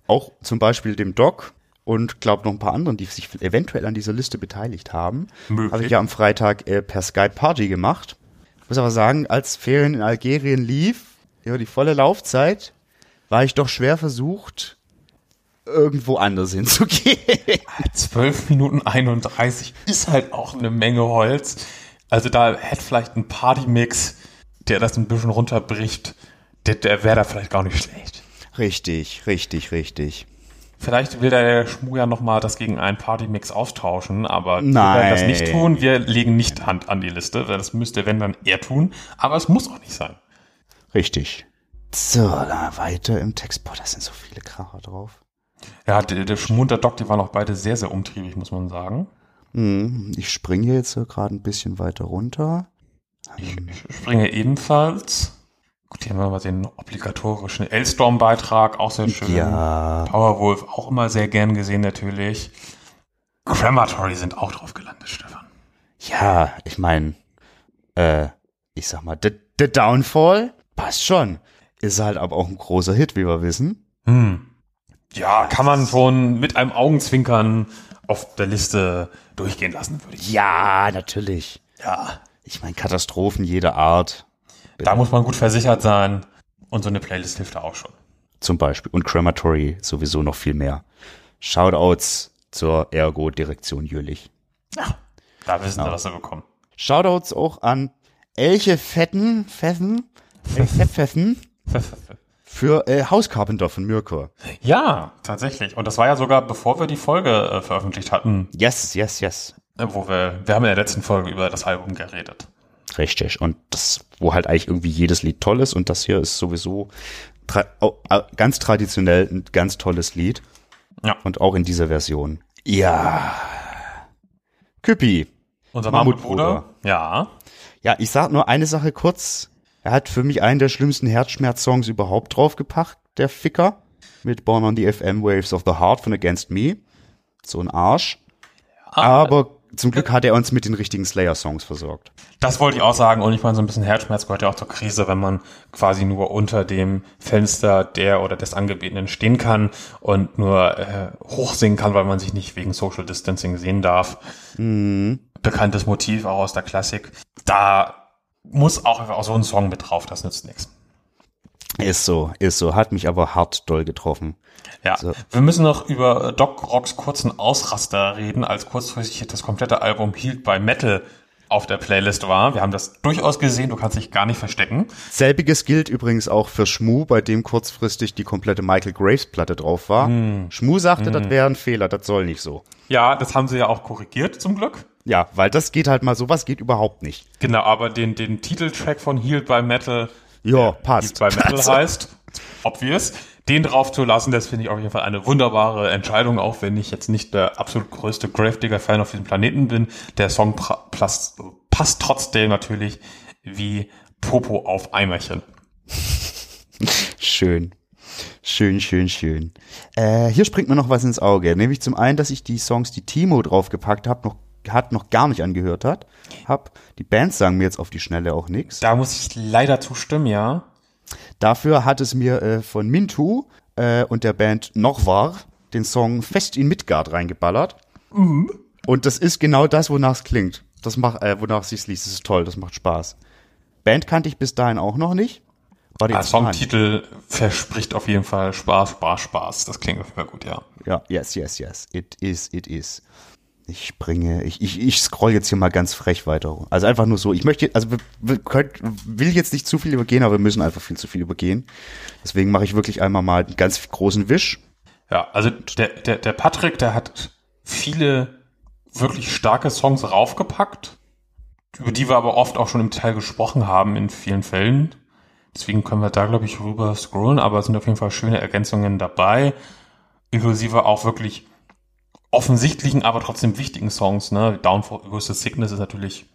Speaker 3: auch zum Beispiel dem Doc und glaub noch ein paar anderen, die sich eventuell an dieser Liste beteiligt haben,
Speaker 2: Möglich.
Speaker 3: habe ich ja am Freitag äh, per Skype Party gemacht. Ich muss aber sagen, als Ferien in Algerien lief, über die volle Laufzeit, war ich doch schwer versucht, irgendwo anders hinzugehen.
Speaker 2: 12 Minuten 31 ist halt auch eine Menge Holz. Also da hätte vielleicht ein Partymix, der das ein bisschen runterbricht, der, der wäre da vielleicht gar nicht schlecht.
Speaker 3: richtig, richtig, richtig.
Speaker 2: Vielleicht will der Schmu ja nochmal das gegen einen Partymix austauschen, aber wir
Speaker 3: Nein.
Speaker 2: werden das nicht tun. Wir legen nicht Hand an die Liste, weil das müsste, wenn dann er tun, aber es muss auch nicht sein.
Speaker 3: Richtig. So, dann weiter im Text. Boah, da sind so viele Kracher drauf.
Speaker 2: Ja, der, der Schmu und der Doc, die waren auch beide sehr, sehr umtriebig, muss man sagen.
Speaker 3: Hm, Ich springe hier jetzt so gerade ein bisschen weiter runter.
Speaker 2: Springe ebenfalls. Gut, hier haben wir mal den obligatorischen Elstorm-Beitrag, auch sehr schön.
Speaker 3: Ja.
Speaker 2: Powerwolf auch immer sehr gern gesehen natürlich. Crematory sind auch drauf gelandet, Stefan.
Speaker 3: Ja, ich meine, äh, ich sag mal, The, the Downfall passt schon. Ist halt aber auch ein großer Hit, wie wir wissen.
Speaker 2: Hm. Ja, kann man schon mit einem Augenzwinkern auf der Liste durchgehen lassen, würde ich.
Speaker 3: Ja, natürlich.
Speaker 2: Ja.
Speaker 3: Ich meine, Katastrophen jeder Art.
Speaker 2: Ah, Da muss man gut versichert sein. Und so eine Playlist hilft da auch schon.
Speaker 3: Zum Beispiel. Und Crematory sowieso noch viel mehr. Shoutouts zur Ergo-Direktion Jülich.
Speaker 2: Da wissen wir, was wir bekommen.
Speaker 3: Shoutouts auch an Elche Fetten, Pfeffen, Elche Pfeffen für äh, Hauscarpenter von Mirko.
Speaker 2: ja, tatsächlich. Und das war ja sogar, bevor wir die Folge äh, veröffentlicht hatten,
Speaker 3: Yes, yes, yes.
Speaker 2: äh, wo wir, wir haben in der letzten Folge über das Album geredet.
Speaker 3: Richtig. Und das, wo halt eigentlich irgendwie jedes Lied toll ist und das hier ist sowieso tra au- au- ganz traditionell ein ganz tolles Lied.
Speaker 2: Ja.
Speaker 3: Und auch in dieser Version. Ja. Küppi.
Speaker 2: Unser
Speaker 3: Mammutbruder.
Speaker 2: Mammutbruder. Ja.
Speaker 3: Ja, ich sag nur eine Sache kurz. Er hat für mich einen der schlimmsten Herzschmerz-Songs überhaupt draufgepackt, der Ficker. Mit Born on the FM Waves of the Heart von Against Me. So ein Arsch. Aber zum Glück hat er uns mit den richtigen Slayer-Songs versorgt.
Speaker 2: Das wollte ich auch sagen. Und ich meine, so ein bisschen Herzschmerz gehört ja auch zur Krise, wenn man quasi nur unter dem Fenster der oder des Angebetenen stehen kann und nur äh, hochsingen kann, weil man sich nicht wegen Social Distancing sehen darf. Bekanntes Motiv auch aus der Klassik. Da muss auch einfach auch so ein Song mit drauf, das nützt nichts.
Speaker 3: Ist so, ist so. Hat mich aber hart doll getroffen.
Speaker 2: Ja,
Speaker 3: So.
Speaker 2: wir müssen noch über Doc Rocks kurzen Ausraster reden, als kurzfristig das komplette Album Healed by Metal auf der Playlist war. Wir haben das durchaus gesehen, du kannst dich gar nicht verstecken.
Speaker 3: Selbiges gilt übrigens auch für Schmu, bei dem kurzfristig die komplette Michael Graves Platte drauf war. Schmu sagte, das wäre ein Fehler, das soll nicht so.
Speaker 2: Ja, das haben sie ja auch korrigiert zum Glück.
Speaker 3: Ja, weil das geht halt mal, sowas geht überhaupt nicht.
Speaker 2: Genau, aber den, den Titeltrack von Healed by Metal,
Speaker 3: Ja,
Speaker 2: Healed
Speaker 3: passt.
Speaker 2: by Metal heißt, obvious, den drauf zu lassen, das finde ich auf jeden Fall eine wunderbare Entscheidung, auch wenn ich jetzt nicht der absolut größte Gravedigger-Fan auf diesem Planeten bin. Der Song pra- plas- passt trotzdem natürlich wie Popo auf Eimerchen.
Speaker 3: Schön. Schön, schön, schön. Äh, hier springt mir noch was ins Auge. Nämlich zum einen, dass ich die Songs, die Timo draufgepackt hat, noch, hat, noch gar nicht angehört hat. Hab, die Band sang mir jetzt auf die Schnelle auch nichts.
Speaker 2: Da muss ich leider zustimmen, ja.
Speaker 3: Dafür hat es mir äh, von Mintu äh, und der Band Nochwar den Song Fest in Midgard reingeballert. Und das ist genau das, wonach es klingt. Das macht, äh, wonach sich's liest. Das ist toll, das macht Spaß. Band kannte ich bis dahin auch noch nicht. War die
Speaker 2: Der
Speaker 3: jetzt mal an.
Speaker 2: Songtitel verspricht auf jeden Fall Spaß, Spaß, Spaß. Das klingt auf jeden Fall gut, ja.
Speaker 3: Ja, yes, yes, yes. It is, it is. Ich springe, ich, ich, ich scroll jetzt hier mal ganz frech weiter. rum. Also einfach nur so. Ich möchte, also wir, wir könnt, will jetzt nicht zu viel übergehen, aber wir müssen einfach viel zu viel übergehen. Deswegen mache ich wirklich einmal mal einen ganz großen Wisch.
Speaker 2: Ja, also der, der, der Patrick, der hat viele wirklich starke Songs raufgepackt, über die wir aber oft auch schon im Detail gesprochen haben in vielen Fällen. Deswegen können wir da, glaube ich, rüber scrollen, aber es sind auf jeden Fall schöne Ergänzungen dabei, inklusive auch wirklich offensichtlichen, aber trotzdem wichtigen Songs. Ne? Downfall vs. Sickness ist natürlich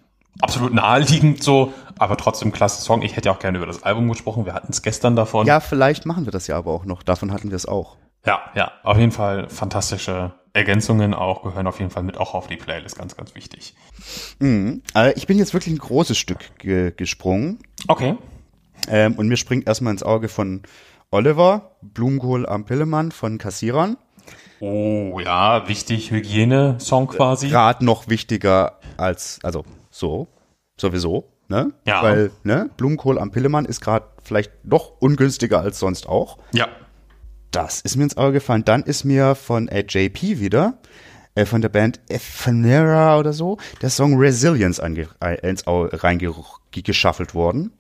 Speaker 2: absolut naheliegend so, aber trotzdem klasse Song. Ich hätte ja auch gerne über das Album gesprochen. Wir hatten es gestern davon.
Speaker 3: Ja, vielleicht machen wir das ja aber auch noch. Davon hatten wir es auch.
Speaker 2: ja, ja. Auf jeden Fall fantastische Ergänzungen auch, gehören auf jeden Fall mit auch auf die Playlist. Ganz, ganz wichtig.
Speaker 3: Mhm. Äh, ich bin jetzt wirklich ein großes Stück ge gesprungen.
Speaker 2: Okay.
Speaker 3: Ähm, und mir springt erstmal ins Auge von Oliver, Blumenkohl am Pillemann von Kassierern.
Speaker 2: Oh ja, wichtig, Hygiene-Song quasi.
Speaker 3: Grad noch wichtiger als, also so, sowieso, ne?
Speaker 2: Ja.
Speaker 3: Weil, ne, Blumenkohl am Pillemann ist gerade vielleicht noch ungünstiger als sonst auch.
Speaker 2: Ja.
Speaker 3: Das ist mir ins Auge gefallen. Dann ist mir von äh, JP wieder, äh, von der Band Ephemeria oder so, der Song Resilience ange, äh, ins Au reingeschaffelt worden.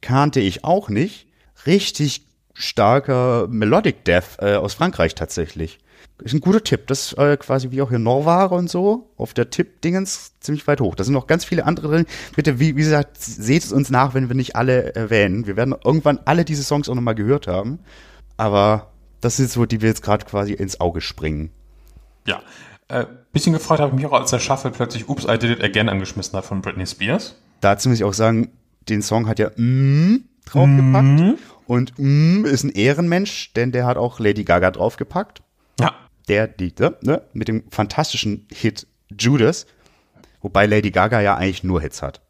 Speaker 3: Kannte ich auch nicht. Richtig starker Melodic Death äh, aus Frankreich tatsächlich. Ist ein guter Tipp. Das äh, quasi wie auch hier Norware und so, auf der Tipp-Dingens ziemlich weit hoch. Da sind noch ganz viele andere drin. Bitte, wie, wie gesagt, seht es uns nach, wenn wir nicht alle erwähnen. Wir werden irgendwann alle diese Songs auch nochmal gehört haben. Aber das sind so, die wir jetzt gerade quasi ins Auge springen.
Speaker 2: Ja. Äh, bisschen gefreut habe ich mich auch, als der Shuffle plötzlich Oops, I Did It Again angeschmissen hat von Britney Spears.
Speaker 3: Dazu muss ich auch sagen, den Song hat ja mm draufgepackt. Und mm ist ein Ehrenmensch, denn der hat auch Lady Gaga draufgepackt.
Speaker 2: Ja.
Speaker 3: Der, die, ne, mit dem fantastischen Hit Judas. Wobei Lady Gaga ja eigentlich nur Hits hat.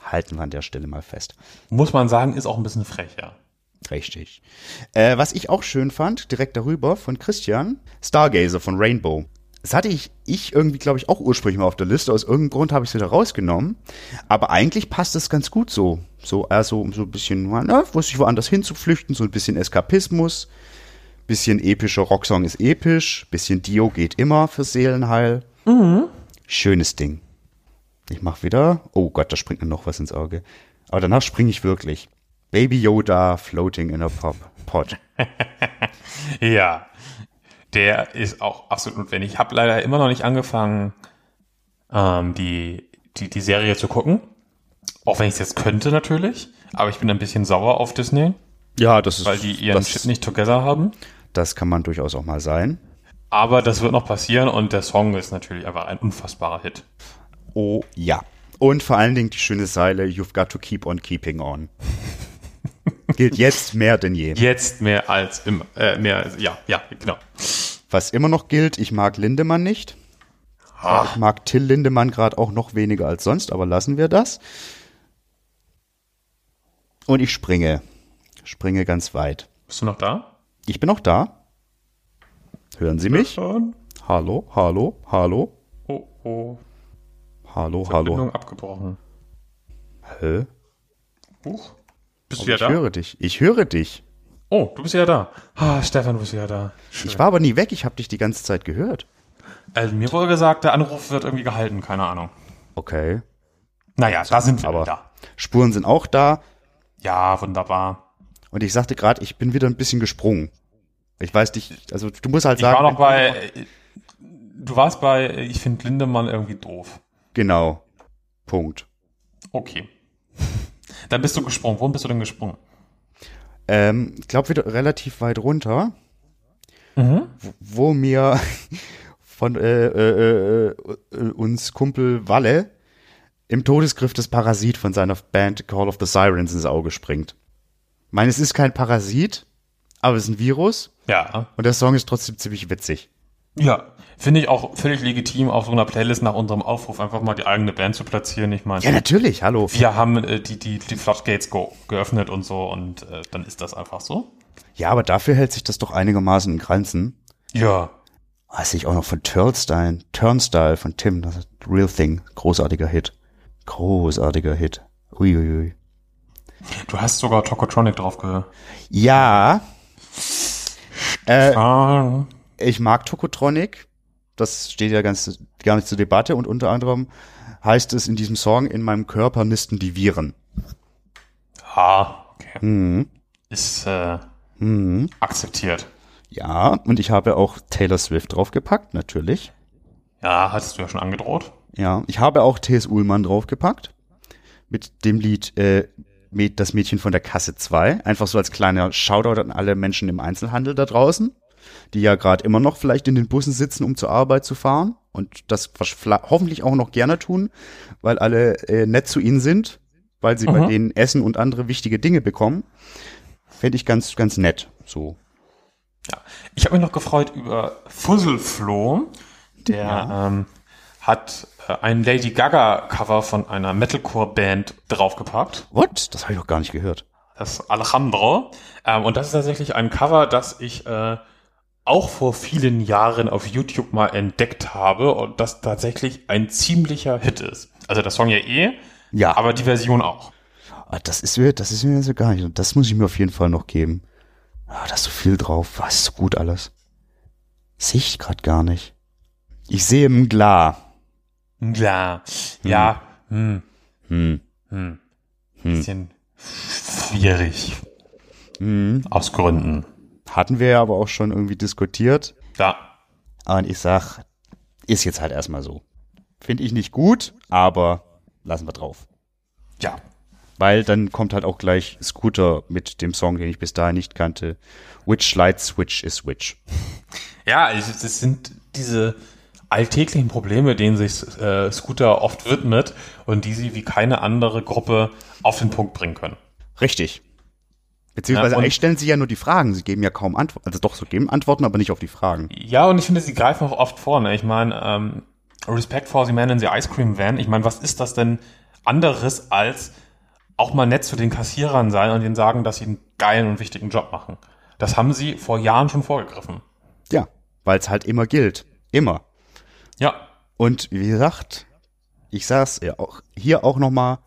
Speaker 3: Halten wir an der Stelle mal fest.
Speaker 2: Muss man sagen, ist auch ein bisschen frech, ja.
Speaker 3: Richtig. Äh, was ich auch schön fand, direkt darüber von Christian, Stargazer von Rainbow. Das hatte ich, ich irgendwie, glaube ich, auch ursprünglich mal auf der Liste. Aus irgendeinem Grund habe ich es wieder rausgenommen. Aber eigentlich passt es ganz gut so. So, also so ein bisschen, na, wusste ich woanders hinzuflüchten, so ein bisschen Eskapismus, bisschen epischer Rocksong ist episch, bisschen Dio geht immer für Seelenheil. Schönes Ding. Ich mach wieder. Oh Gott, da springt mir noch was ins Auge. Aber danach springe ich wirklich. Baby Yoda floating in a pop pod.
Speaker 2: Ja. Der ist auch absolut notwendig. Ich habe leider immer noch nicht angefangen, ähm, die, die, die Serie zu gucken. Auch wenn ich es jetzt könnte natürlich. Aber ich bin ein bisschen sauer auf Disney,
Speaker 3: Ja, das ist
Speaker 2: weil die ihren
Speaker 3: das,
Speaker 2: Shit nicht together haben.
Speaker 3: das kann man durchaus auch mal sein.
Speaker 2: Aber das wird noch passieren und der Song ist natürlich einfach ein unfassbarer Hit.
Speaker 3: Oh ja. Und vor allen Dingen die schöne Seile, you've got to keep on keeping on. Gilt jetzt mehr denn je.
Speaker 2: Jetzt mehr als immer. Äh, mehr, als- ja, ja, genau.
Speaker 3: Was immer noch gilt, ich mag Lindemann nicht.
Speaker 2: Ah.
Speaker 3: Ich mag Till Lindemann gerade auch noch weniger als sonst, aber lassen wir das. Und ich springe. Springe ganz weit.
Speaker 2: Bist du noch da?
Speaker 3: Ich bin auch da. Hören Sie mich?
Speaker 2: Schon?
Speaker 3: Hallo, hallo, hallo,
Speaker 2: Oh, oh.
Speaker 3: hallo, hallo.
Speaker 2: Verbindung abgebrochen.
Speaker 3: Hä?
Speaker 2: Huch. Bist du
Speaker 3: Oh, Ich
Speaker 2: wieder da?
Speaker 3: höre dich. Ich höre dich.
Speaker 2: Oh, du bist ja da. Ah, Stefan, du bist ja da.
Speaker 3: Ich war aber nie weg, ich habe dich die ganze Zeit gehört.
Speaker 2: Also mir wurde gesagt, der Anruf wird irgendwie gehalten, keine Ahnung.
Speaker 3: Okay.
Speaker 2: Naja, da sind wir
Speaker 3: Aber
Speaker 2: da.
Speaker 3: Spuren sind auch da.
Speaker 2: Ja, wunderbar.
Speaker 3: Und ich sagte gerade, ich bin wieder ein bisschen gesprungen. Ich weiß dich, also du musst halt
Speaker 2: Ich
Speaker 3: sagen.
Speaker 2: war noch bei, äh, du warst bei, äh, ich finde Lindemann irgendwie doof.
Speaker 3: Genau. Punkt.
Speaker 2: Okay. Dann bist du gesprungen. Wohin bist du denn gesprungen?
Speaker 3: Ähm, ich glaube wieder relativ weit runter, wo, wo mir von äh, äh, äh, äh, uns Kumpel Walle im Todesgriff des Parasit von seiner Band Call of the Sirens ins Auge springt. Ich meine, es ist kein Parasit, aber es ist ein Virus
Speaker 2: Ja.
Speaker 3: und der Song ist trotzdem ziemlich witzig.
Speaker 2: Ja. Finde ich auch völlig legitim, auf so einer Playlist nach unserem Aufruf einfach mal die eigene Band zu platzieren. Ich meine,
Speaker 3: Ja, natürlich, hallo.
Speaker 2: wir haben äh, die, die, die Floodgates go geöffnet und so und äh, dann ist das einfach so.
Speaker 3: Ja, aber dafür hält sich das doch einigermaßen in Grenzen.
Speaker 2: Ja.
Speaker 3: Was ich auch noch von Turnstile, Turnstile von Tim, das ist Real Thing, großartiger Hit. Großartiger Hit. Uiuiui.
Speaker 2: Du hast sogar Tokotronic drauf ge
Speaker 3: Ja, Äh,
Speaker 2: Ah,
Speaker 3: ich mag Tokotronic. Das steht ja ganz, gar nicht zur Debatte und unter anderem heißt es in diesem Song, in meinem Körper nisten die Viren. Mhm.
Speaker 2: ah okay. Ist äh, akzeptiert.
Speaker 3: Ja, und ich habe auch Taylor Swift draufgepackt, natürlich.
Speaker 2: Ja, hattest du ja schon angedroht.
Speaker 3: Ja, ich habe auch T.S. Ullmann draufgepackt. Mit dem Lied äh, Mäd- Das Mädchen von der Kasse 2. Einfach so als kleiner Shoutout an alle Menschen im Einzelhandel da draußen, die ja gerade immer noch vielleicht in den Bussen sitzen, um zur Arbeit zu fahren. Und das verschla- hoffentlich auch noch gerne tun, weil alle äh, nett zu ihnen sind, weil sie bei
Speaker 2: Mhm.
Speaker 3: denen Essen und andere wichtige Dinge bekommen. Fände ich ganz, ganz nett. So.
Speaker 2: Ich habe mich noch gefreut über Fusselfloh. Der ähm, hat äh, ein Lady Gaga Cover von einer Metalcore Band draufgepackt.
Speaker 3: What? Das habe ich noch gar nicht gehört.
Speaker 2: Das Alejandro. Ähm, und das ist tatsächlich ein Cover, das ich äh, auch vor vielen Jahren auf YouTube mal entdeckt habe und das tatsächlich ein ziemlicher Hit ist. Also der Song ja eh,
Speaker 3: Ja, aber
Speaker 2: aber die Version auch.
Speaker 3: ah, das ist mir, das ist mir so gar nicht. Und das muss ich mir auf jeden Fall noch geben. Ah, da ist so viel drauf. Was ist so gut alles? Sehe ich gerade gar nicht. Ich sehe im Glar.
Speaker 2: Ja, ja, hm,
Speaker 3: Hm.
Speaker 2: hm.
Speaker 3: Hm.
Speaker 2: bisschen schwierig
Speaker 3: Hm.
Speaker 2: aus Gründen.
Speaker 3: Hatten wir ja aber auch schon irgendwie diskutiert. Ah,
Speaker 2: Ja,
Speaker 3: Und ich sag, ist jetzt halt erstmal so. Finde ich nicht gut, aber lassen wir drauf.
Speaker 2: ja,
Speaker 3: Weil dann kommt halt auch gleich Scooter mit dem Song, den ich bis dahin nicht kannte. Which Light Switch is Which.
Speaker 2: Ja, es- es sind diese alltäglichen Probleme, denen sich äh, Scooter oft widmet und die sie wie keine andere Gruppe auf den Punkt bringen können.
Speaker 3: Richtig. Beziehungsweise
Speaker 2: Ja, und-
Speaker 3: eigentlich stellen sie ja nur die Fragen. Sie geben ja kaum Antworten. Also doch, sie geben Antworten, aber nicht auf die Fragen.
Speaker 2: Ja, und ich finde, sie greifen auch oft vor. Ne? Ich meine, ähm, Respect for the Man in the Ice Cream Van. Ich meine, was ist das denn anderes als auch mal nett zu den Kassierern sein und denen sagen, dass sie einen geilen und wichtigen Job machen? Das haben sie vor Jahren schon vorgegriffen.
Speaker 3: Ja, weil es halt immer gilt. Immer.
Speaker 2: Ja,
Speaker 3: Und wie gesagt, ich sag's ja auch hier auch nochmal,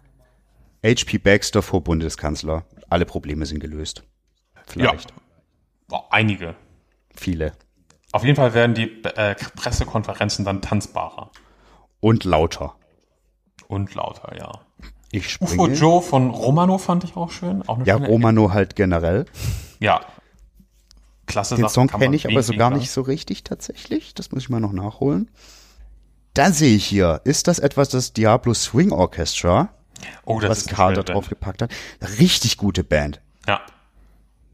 Speaker 3: HP Baxter vor Bundeskanzler. Alle Probleme sind gelöst. Vielleicht.
Speaker 2: ja. Einige.
Speaker 3: Viele.
Speaker 2: Auf jeden Fall werden die äh, Pressekonferenzen dann tanzbarer.
Speaker 3: Und lauter.
Speaker 2: Und lauter, ja.
Speaker 3: Ich
Speaker 2: UFO
Speaker 3: springe.
Speaker 2: Joe von Romano fand ich auch schön. Auch eine
Speaker 3: ja,
Speaker 2: schöne-
Speaker 3: Romano halt generell.
Speaker 2: Ja. Klasse
Speaker 3: Den
Speaker 2: Sache,
Speaker 3: Song
Speaker 2: kann
Speaker 3: kenne
Speaker 2: man
Speaker 3: ich aber so
Speaker 2: wenig
Speaker 3: gar
Speaker 2: sagen.
Speaker 3: nicht so richtig tatsächlich. Das muss ich mal noch nachholen. Dann sehe ich hier, ist das etwas das Diablo Swing Orchestra,
Speaker 2: Oh, das
Speaker 3: was
Speaker 2: ist eine
Speaker 3: Karl da
Speaker 2: schöne Band.
Speaker 3: drauf gepackt hat? Richtig gute Band.
Speaker 2: Ja.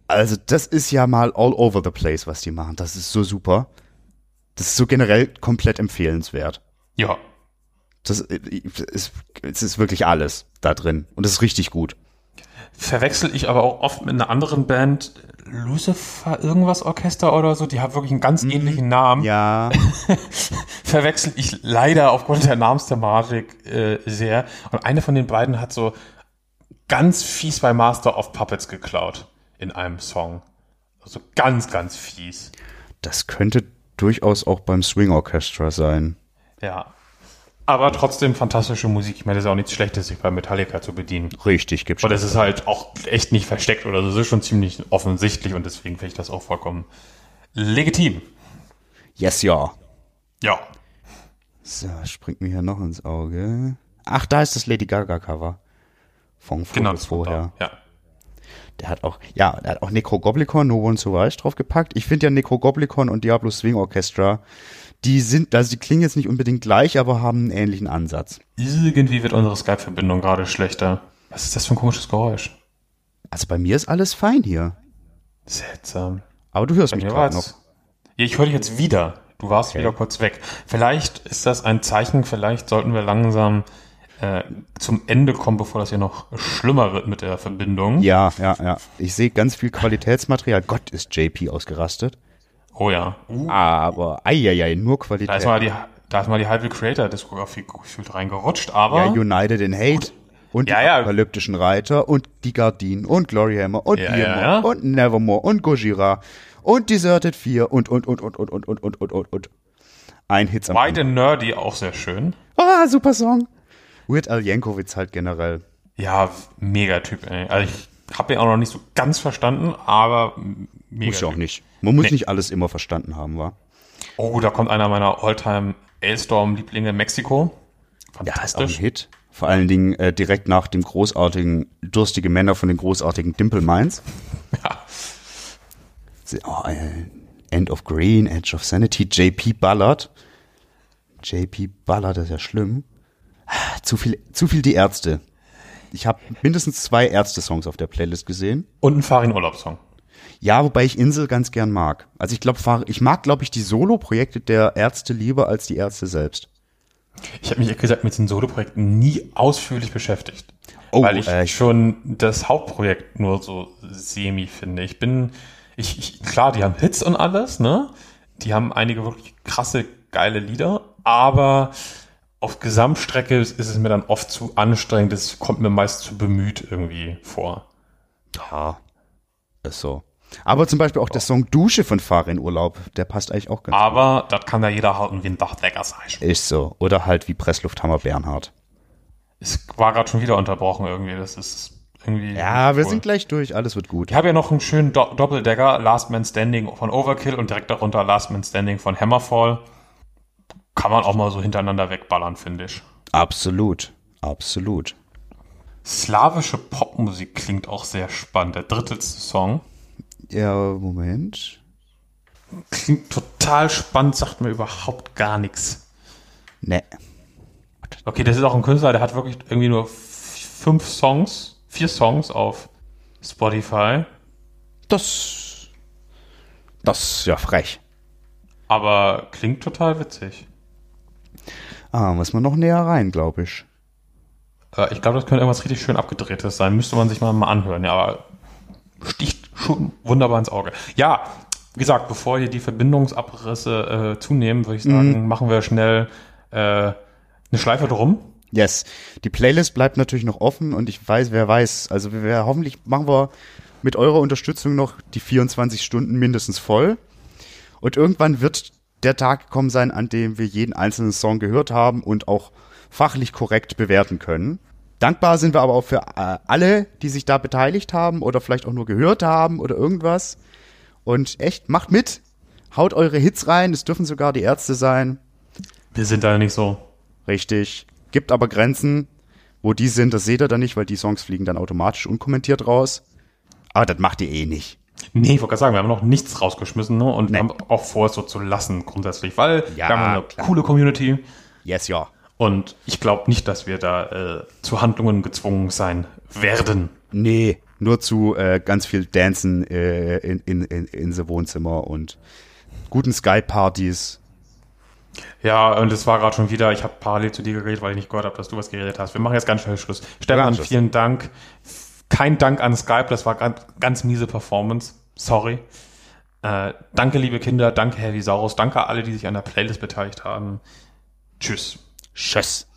Speaker 3: Also das ist ja mal all over the place, was die machen. Das ist so super. Das ist so generell komplett empfehlenswert.
Speaker 2: Ja.
Speaker 3: Das ist, es ist wirklich alles da drin. Und es ist richtig gut.
Speaker 2: Verwechsel ich aber auch oft mit einer anderen Band, Lucifer irgendwas Orchester oder so, die hat wirklich einen ganz ähnlichen Namen.
Speaker 3: Mhm. Ja,
Speaker 2: Verwechsel ich leider aufgrund der Namensthematik äh, sehr. Und eine von den beiden hat so ganz fies bei Master of Puppets geklaut in einem Song. Also ganz, ganz fies.
Speaker 3: das könnte durchaus auch beim Swing Orchestra sein.
Speaker 2: Ja. Aber trotzdem fantastische Musik. Ich meine, das ist auch nichts Schlechtes, sich bei Metallica zu bedienen.
Speaker 3: Richtig, gibt's
Speaker 2: Aber das ist halt auch echt nicht versteckt oder so. Das ist schon ziemlich offensichtlich und deswegen finde ich das auch vollkommen legitim.
Speaker 3: Yes, ja.
Speaker 2: Ja.
Speaker 3: So, springt mir hier noch ins Auge. Ach, da ist das Lady Gaga Cover. Von
Speaker 2: Genau,
Speaker 3: genau,
Speaker 2: das kommt
Speaker 3: vorher.
Speaker 2: auch. Ja.
Speaker 3: Der hat auch, ja, der hat auch Necrogoblicon, No One Survives draufgepackt. Ich finde ja Necrogoblicon und Diablo Swing Orchestra, die sind, also die klingen jetzt nicht unbedingt gleich, aber haben einen ähnlichen Ansatz.
Speaker 2: Irgendwie wird unsere Skype-Verbindung gerade schlechter. Was ist das für ein komisches Geräusch?
Speaker 3: Also bei mir ist alles fein hier.
Speaker 2: Seltsam.
Speaker 3: Aber du hörst
Speaker 2: Bei
Speaker 3: mich
Speaker 2: mir
Speaker 3: gerade
Speaker 2: war's.
Speaker 3: noch.
Speaker 2: Ja, ich höre dich jetzt wieder. Du warst wieder kurz weg. Vielleicht ist das ein Zeichen, vielleicht sollten wir langsam äh, zum Ende kommen, bevor das hier noch schlimmer wird mit der Verbindung.
Speaker 3: Ja, ja, ja. Ich sehe ganz viel Qualitätsmaterial. Gott ist JP ausgerastet.
Speaker 2: Oh ja. Uh,
Speaker 3: Aber, eieiei, nur Qualität.
Speaker 2: da, ist mal die, da ist mal die halbe Creator-Diskografie gefühlt reingerutscht, aber
Speaker 3: ja, Äh, United in Hate und
Speaker 2: Ja,
Speaker 3: die
Speaker 2: ja.
Speaker 3: apokalyptischen Reiter und die Gardinen und Gloryhammer und
Speaker 2: Ja, ja,
Speaker 3: Irma
Speaker 2: ja.
Speaker 3: und Nevermore und Gojira und Deserted 4 und und und und und und und und und und und ein Hits am
Speaker 2: White and Nerdy auch sehr schön.
Speaker 3: Ah, super Song. Weird Al Yankovic halt generell.
Speaker 2: Ja, mega Typ, ey. Also ich habe ihn auch noch nicht so ganz verstanden, aber mega
Speaker 3: Muss ja auch
Speaker 2: Typ.
Speaker 3: nicht. Man muss nicht alles immer verstanden haben, wa?
Speaker 2: Oh, da kommt einer meiner Alltime Ailstorm-Lieblinge Mexiko.
Speaker 3: Ja, ist auch ein
Speaker 2: Fantastisch.
Speaker 3: Hit. Vor allen Dingen äh, direkt nach dem großartigen Durstige Männer von den großartigen Dimple Mines.
Speaker 2: Ja.
Speaker 3: Se- Oh, äh, End of Green, Edge of Sanity, JP Ballard. JP Ballard ist ja schlimm. Ah, Zu viel, zu viel die Ärzte. Ich habe mindestens zwei Ärzte-Songs auf der Playlist gesehen.
Speaker 2: Und ein Farin-Urlaubssong.
Speaker 3: Ja, wobei ich Insel ganz gern mag. Also ich glaube, ich mag, glaube ich, die Solo-Projekte der Ärzte lieber als die Ärzte selbst.
Speaker 2: Ich habe mich ehrlich gesagt mit den Solo-Projekten nie ausführlich beschäftigt.
Speaker 3: Oh,
Speaker 2: weil ich
Speaker 3: äh, ich-
Speaker 2: schon das Hauptprojekt nur so semi finde. Ich bin, ich, ich, klar, die haben Hits und alles, ne? Die haben einige wirklich krasse, geile Lieder, aber auf Gesamtstrecke ist es mir dann oft zu anstrengend. Das kommt mir meist zu bemüht irgendwie vor.
Speaker 3: Ja, ist so. Aber zum Beispiel auch der Song Dusche von Fahr in Urlaub, der passt eigentlich auch
Speaker 2: Ah.
Speaker 3: ganz
Speaker 2: Aber das kann ja jeder halten wie ein Dachdecker sein.
Speaker 3: gut. Ist so. Oder halt wie Presslufthammer Bernhard.
Speaker 2: Es war gerade schon wieder unterbrochen irgendwie. Das ist irgendwie.
Speaker 3: Ja, wir
Speaker 2: cool.
Speaker 3: sind gleich durch, alles wird gut.
Speaker 2: Ich habe ja noch einen schönen Do Doppeldecker, Last Man Standing von Overkill und direkt darunter Last Man Standing von Hammerfall. Kann man auch mal so hintereinander wegballern, finde ich.
Speaker 3: Absolut, absolut.
Speaker 2: Slawische Popmusik klingt auch sehr spannend. Der dritte Song
Speaker 3: Ja, Moment.
Speaker 2: klingt total spannend, sagt mir überhaupt gar nichts.
Speaker 3: Ne.
Speaker 2: Okay, das ist auch ein Künstler, der hat wirklich irgendwie nur f- fünf Songs, vier Songs auf Spotify.
Speaker 3: Das. Das ist ja frech.
Speaker 2: Aber klingt total witzig.
Speaker 3: Ah, muss man noch näher rein, glaube ich.
Speaker 2: Äh, Ich glaube, das könnte irgendwas richtig schön abgedrehtes sein. Müsste man sich mal, mal anhören. Ja, aber sticht schon wunderbar ins Auge. Ja, wie gesagt, bevor hier die Verbindungsabrisse äh, zunehmen,
Speaker 3: Mhm.
Speaker 2: würde ich sagen, machen wir schnell äh, eine Schleife drum.
Speaker 3: Yes. Die Playlist bleibt natürlich noch offen und ich weiß, wer weiß. Also wir, wir, hoffentlich machen wir mit eurer Unterstützung noch die 24 Stunden mindestens voll. Und irgendwann wird der Tag gekommen sein, an dem wir jeden einzelnen Song gehört haben und auch fachlich korrekt bewerten können. Dankbar sind wir aber auch für äh, alle, die sich da beteiligt haben oder vielleicht auch nur gehört haben oder irgendwas. Und echt, macht mit. Haut eure Hits rein. Es dürfen sogar die Ärzte sein.
Speaker 2: Wir sind da nicht so.
Speaker 3: Richtig. Gibt aber Grenzen. Wo die sind, das seht ihr dann nicht, weil die Songs fliegen dann automatisch unkommentiert raus. Aber das macht ihr eh nicht.
Speaker 2: Nee, ich wollte gerade sagen, wir haben noch nichts rausgeschmissen ne? und
Speaker 3: Nee.
Speaker 2: haben auch vor, es so zu lassen grundsätzlich, weil wir
Speaker 3: Ja,
Speaker 2: haben eine
Speaker 3: klar.
Speaker 2: coole Community
Speaker 3: Yes, ja.
Speaker 2: und ich glaube nicht, dass wir da äh, zu Handlungen gezwungen sein werden.
Speaker 3: Nee, nur zu äh, ganz viel Dancen äh, in, in, in, in the Wohnzimmer und guten Skype-Partys.
Speaker 2: Ja, und es war gerade schon wieder, ich habe parallel zu dir geredet, weil ich nicht gehört habe, dass du was geredet hast. Wir machen jetzt ganz schnell Schluss. Stefan,
Speaker 3: machen Schluss.
Speaker 2: vielen Dank. Kein Dank an Skype, das war ganz, ganz miese Performance. Sorry. Äh, danke, liebe Kinder, danke, Herr Visaurus, danke alle, die sich an der Playlist beteiligt haben. Tschüss.
Speaker 3: Tschüss.